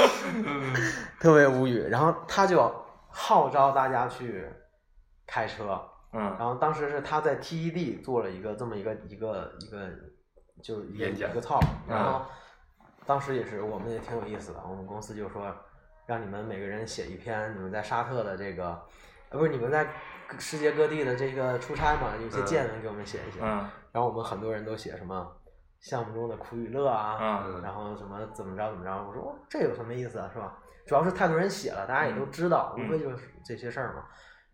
[SPEAKER 5] 特别无语。然后他就号召大家去开车，
[SPEAKER 3] 嗯
[SPEAKER 5] 然后当时是他在 TED 做了一个这么一个一个一个就是一个
[SPEAKER 4] 演讲嗯
[SPEAKER 5] 一个 talk，然后当时也是我们也挺有意思的，我们公司就说让你们每个人写一篇你们在沙特的这个，呃不是你们在各世界各地的这个出差嘛，有些
[SPEAKER 4] 嗯
[SPEAKER 5] 见闻给我们写一写。
[SPEAKER 3] 嗯
[SPEAKER 5] 然后我们很多人都写什么项目中的苦与乐啊，
[SPEAKER 3] 嗯
[SPEAKER 5] 然后什么怎么着怎么着，我说、哦这有什么意思啊，是吧？主要是太多人写了，大家也都知道，
[SPEAKER 3] 嗯
[SPEAKER 5] 无非就是这些事儿嘛。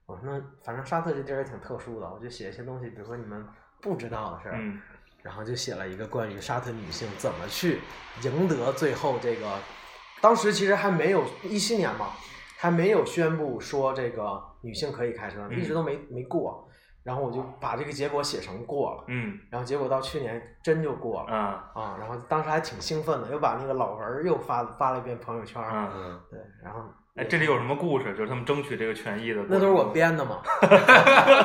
[SPEAKER 5] 我说那反正沙特这地儿也挺特殊的，我就写一些东西，比如说你们不知道的事儿，
[SPEAKER 3] 嗯
[SPEAKER 5] 然后就写了一个关于沙特女性怎么去赢得最后这个，当时其实还没有一七年嘛，还没有宣布说这个女性可以开车呢，
[SPEAKER 3] 嗯
[SPEAKER 5] 一直都没没过。然后我就把这个结果写成过了，
[SPEAKER 3] 嗯
[SPEAKER 5] 然后结果到去年真就过了
[SPEAKER 3] 嗯
[SPEAKER 5] 啊，然后当时还挺兴奋的，又把那个老文儿又发发了一遍朋友圈儿，
[SPEAKER 3] 嗯，
[SPEAKER 4] 嗯，
[SPEAKER 5] 对，然后
[SPEAKER 3] 哎，这里有什么故事？就是他们争取这个权益的，
[SPEAKER 5] 那都是我，编 的嘛，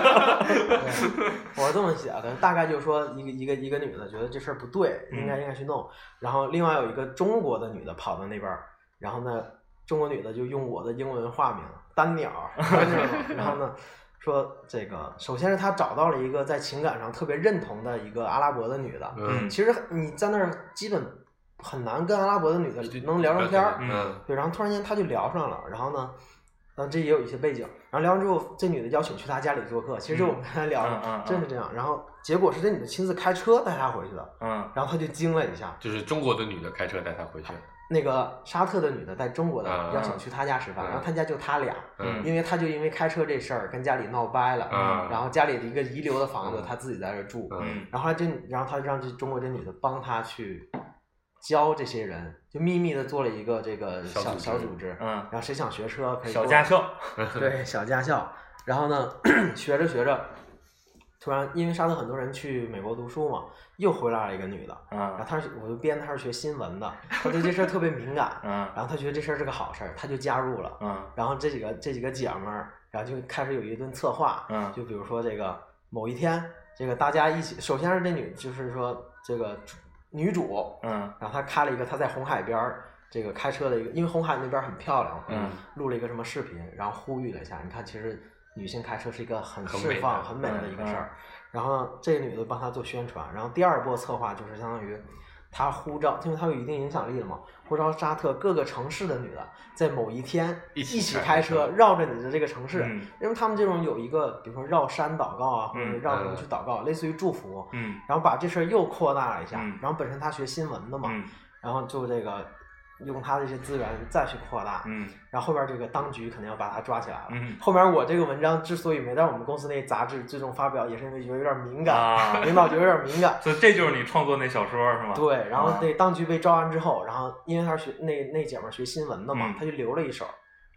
[SPEAKER 5] 对我这么写的，大概就说一个一个一个女的觉得这事儿不对，应该
[SPEAKER 3] 嗯
[SPEAKER 5] 应该去弄，然后另外有一个中国的女的跑到那边儿，然后呢，中国女的就用我的英文化名单 鸟儿，单鸟儿然后呢。说这个，首先是她找到了一个在情感上特别认同的一个阿拉伯的女的，
[SPEAKER 4] 嗯，
[SPEAKER 5] 其实你在那儿基本很难跟阿拉伯的
[SPEAKER 3] 嗯
[SPEAKER 5] 女的能聊上天儿，
[SPEAKER 4] 嗯
[SPEAKER 5] 对，然后突然间他就聊上了，然后呢，嗯，这也有一些背景，然后聊完之后，这女的邀请去她家里做客，其实就我们刚才聊
[SPEAKER 3] 嗯嗯
[SPEAKER 5] 的
[SPEAKER 3] 嗯，
[SPEAKER 5] 真是这样，然后结果是这女的亲自开车带她回去的，
[SPEAKER 3] 嗯
[SPEAKER 5] 然后她就惊了一下，
[SPEAKER 4] 就是中国的女的开车带她回去，
[SPEAKER 5] 那个沙特的女的带中国的
[SPEAKER 4] 嗯嗯
[SPEAKER 5] 邀请去她家吃饭，
[SPEAKER 4] 嗯
[SPEAKER 5] 然后她家就她俩，
[SPEAKER 4] 嗯
[SPEAKER 5] 因为她就因为开车这事儿跟家里闹掰了，
[SPEAKER 4] 嗯
[SPEAKER 5] 然后家里的一个遗留的房子
[SPEAKER 4] 嗯
[SPEAKER 5] 她自己在这儿住，
[SPEAKER 3] 嗯
[SPEAKER 5] 然后这，然后他让这中国这女的帮他去教这些人，就秘密的做了一个这个
[SPEAKER 4] 小
[SPEAKER 5] 小
[SPEAKER 4] 组织
[SPEAKER 5] 小组织，
[SPEAKER 3] 嗯，
[SPEAKER 5] 然后谁想学车可以
[SPEAKER 3] 小
[SPEAKER 5] 过
[SPEAKER 3] 驾
[SPEAKER 5] 来，
[SPEAKER 3] 校，
[SPEAKER 5] 对小驾校。然后呢， 学着学着，突然因为沙特很多人去美国读书嘛，又回来了一个女的，然后
[SPEAKER 3] 嗯，
[SPEAKER 5] 她是我就编她是学新闻的，她对这事儿特别敏感
[SPEAKER 3] 嗯
[SPEAKER 5] 然后她觉得这事儿是个好事儿，她就加入了。
[SPEAKER 3] 嗯
[SPEAKER 5] 然后这几个这几个姐们儿，然后就开始有一顿策划，
[SPEAKER 3] 嗯
[SPEAKER 5] 就比如说这个某一天，这个大家一起，首先是这女，就是说这个主女主，
[SPEAKER 3] 嗯
[SPEAKER 5] 然后她开了一个她在红海边儿这个开车的一个，因为红海那边很漂亮，
[SPEAKER 3] 嗯，
[SPEAKER 5] 录了一个什么视频，然后呼吁了一下，你看其实女性开车是一个很
[SPEAKER 4] 很
[SPEAKER 5] 释
[SPEAKER 4] 美的嗯
[SPEAKER 5] 放、很美的一个事儿。然后呢这个女的帮她做宣传，然后第二波策划就是相当于。她呼召，因为她有一定影响力了嘛，呼召沙特各个城市的女的，在某一天
[SPEAKER 4] 一起
[SPEAKER 5] 起
[SPEAKER 4] 开
[SPEAKER 5] 开
[SPEAKER 4] 车
[SPEAKER 5] 车绕着你的这个城市，
[SPEAKER 3] 嗯
[SPEAKER 5] 因为他们这种有一个，比如说绕山祷告啊，或者
[SPEAKER 3] 嗯
[SPEAKER 5] 绕什么
[SPEAKER 4] 嗯
[SPEAKER 5] 去祷告，类似于祝福，
[SPEAKER 3] 嗯
[SPEAKER 5] 然后把这事儿又扩大了一下。
[SPEAKER 3] 嗯
[SPEAKER 5] 然后本身他学新闻的嘛，
[SPEAKER 3] 嗯
[SPEAKER 5] 然后就这个用他的这些资源再去扩大。
[SPEAKER 3] 嗯
[SPEAKER 5] 然后后边这个当局肯定要把他抓起来了。
[SPEAKER 3] 嗯
[SPEAKER 5] 后面我这个文章之所以没在我们公司那杂志最终发表，也是因为觉得有点敏感，
[SPEAKER 3] 啊，
[SPEAKER 5] 领导觉得有点敏感。
[SPEAKER 3] 所以这就是你创作那小说是吗？
[SPEAKER 5] 对，然后
[SPEAKER 3] 啊
[SPEAKER 5] 那当局被招安之后，然后因为他是学那那姐们儿学新闻的嘛
[SPEAKER 3] 嗯，
[SPEAKER 5] 他就留了一手，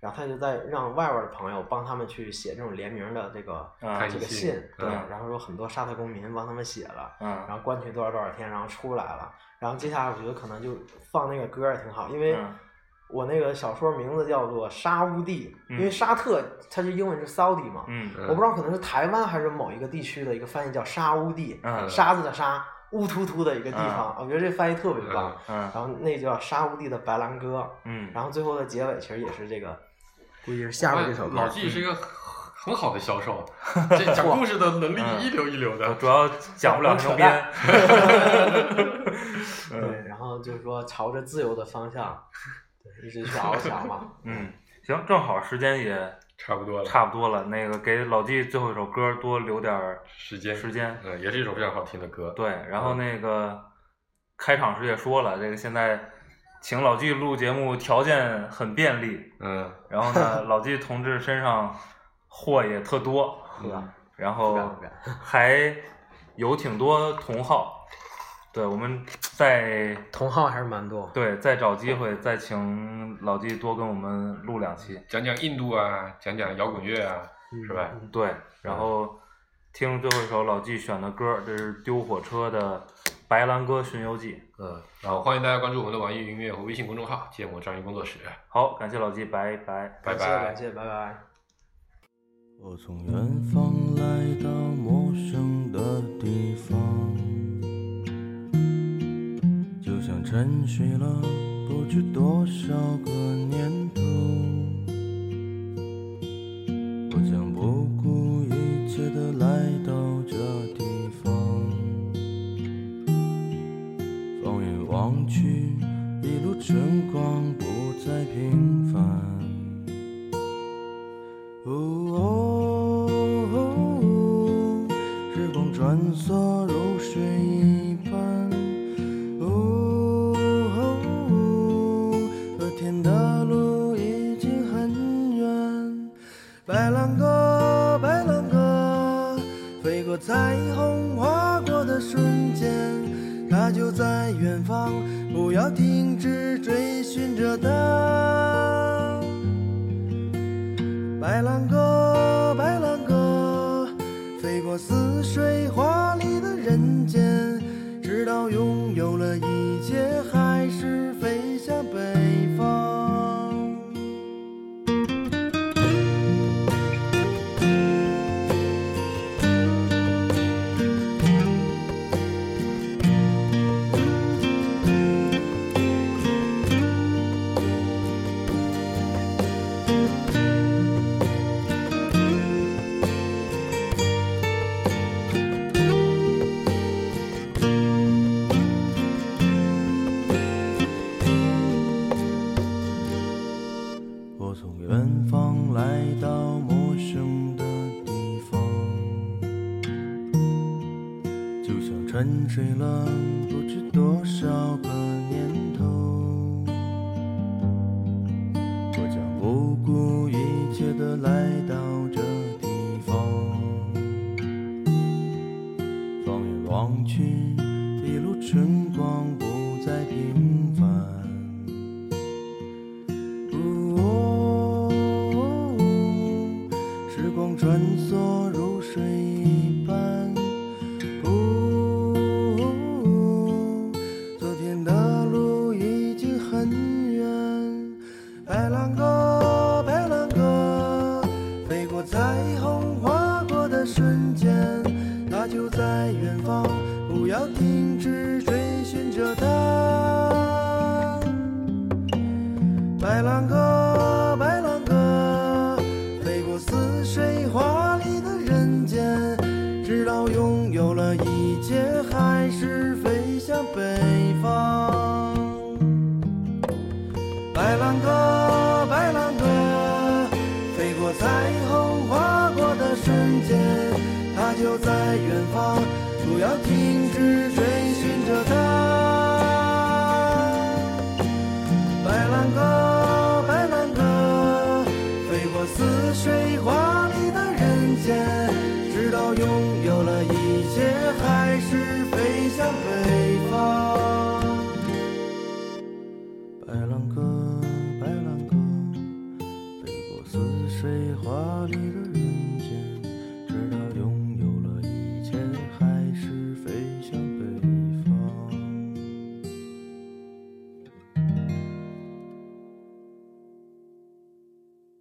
[SPEAKER 5] 然后他就在让外边的朋友帮他们去写这种联名的这个
[SPEAKER 3] 啊
[SPEAKER 5] 这个
[SPEAKER 4] 信
[SPEAKER 5] 信，对，
[SPEAKER 3] 嗯
[SPEAKER 5] 然后说很多沙特公民帮他们写了，
[SPEAKER 3] 嗯
[SPEAKER 5] 然后关去多少多少天，然后出来了，然后接下来我觉得可能就放那个歌儿也挺好，因为
[SPEAKER 3] 嗯
[SPEAKER 5] 我那个小说名字叫做《沙乌地》，因为
[SPEAKER 3] 嗯
[SPEAKER 5] 沙特它是英文是 Saudi 嘛，
[SPEAKER 3] 嗯
[SPEAKER 5] 我不知道可能是台湾还是某一个地区的一个翻译叫沙乌地，
[SPEAKER 3] 嗯
[SPEAKER 5] 沙子的沙，乌突突的一个地方，
[SPEAKER 4] 嗯
[SPEAKER 5] 我觉得这翻译特别棒。
[SPEAKER 3] 嗯
[SPEAKER 5] 然后那叫沙乌地的白兰鸽，
[SPEAKER 3] 嗯，
[SPEAKER 5] 然后最后的结尾其实也是这个，估计是下面这首歌。
[SPEAKER 4] 老纪是一个很很好的销售，这 讲故事的能力
[SPEAKER 3] 嗯
[SPEAKER 4] 一流一流
[SPEAKER 3] 我
[SPEAKER 4] 的。
[SPEAKER 3] 主要讲不了
[SPEAKER 5] 扯
[SPEAKER 3] 周边
[SPEAKER 5] 淡，
[SPEAKER 3] 嗯
[SPEAKER 4] 嗯
[SPEAKER 5] 对，然后就是说朝着自由的方向， 对，一直去翱翔嘛。
[SPEAKER 3] 嗯，行，正好时间也
[SPEAKER 4] 差不多了，
[SPEAKER 3] 差不多了，那个给老纪最后一首歌多留点儿
[SPEAKER 4] 时间
[SPEAKER 3] 时间，
[SPEAKER 4] 嗯，也是一首非常好听的歌。
[SPEAKER 3] 对，然后
[SPEAKER 4] 嗯
[SPEAKER 3] 那个开场时也说了，这个现在请老纪录节目条件很便利，
[SPEAKER 4] 嗯，
[SPEAKER 3] 然后 呢，老纪同志身上货也特多，
[SPEAKER 5] 呵，
[SPEAKER 4] 嗯
[SPEAKER 3] 然
[SPEAKER 5] 嗯不
[SPEAKER 3] 后
[SPEAKER 5] 敢不敢。
[SPEAKER 3] 还有挺多同好，对，我们再
[SPEAKER 5] 同号还是蛮多。
[SPEAKER 3] 对再找机会再请老纪多跟我们录两期，
[SPEAKER 4] 讲讲印度啊，讲讲摇滚乐啊，
[SPEAKER 5] 嗯
[SPEAKER 4] 是吧？
[SPEAKER 5] 嗯
[SPEAKER 3] 对，然后听最后一首老纪选的歌，这是丢火车的《白兰鸽巡游记》。
[SPEAKER 4] 嗯，然
[SPEAKER 5] 哦
[SPEAKER 4] 后欢迎大家关注我们的网易云音乐和微信公众号“芥末章鱼工作室
[SPEAKER 3] 好，感谢老纪，拜拜。”，
[SPEAKER 4] 拜
[SPEAKER 5] 感谢
[SPEAKER 4] 拜
[SPEAKER 5] 感。谢，拜拜。
[SPEAKER 7] 我从远方来到陌生的地方，就像沉睡了不知多少个年头。我将不顾一切的来到这地方，放眼望去，一路春光不再平凡。哦，时光穿梭如水一般。哦，和天的路已经很远。白兰鸽，白兰鸽，飞过彩虹，划过的瞬间，它就在远方，不要停止追寻着它。白兰鸽，白兰鸽，飞过似水华丽的人间，直到拥有了一切，还是飞向北方。我从远方来到陌生的地方，就像沉睡了不知多少个年头。我将不顾一切的来到这地方，放眼望去，一路春光不再平凡。哦，时光穿梭如水一般。哦，昨天的路已经很远。白兰鸽，白兰鸽，飞过彩虹，划过的瞬间，它就在远方，不要停止追寻着它。白兰鸽，白兰鸽，飞过似水华丽的人间，直到拥有了一切，还是飞向北方。白兰鸽，白兰鸽，飞过彩虹，划过的瞬间，它就在远方，不要停止追寻着它。白水华丽的人。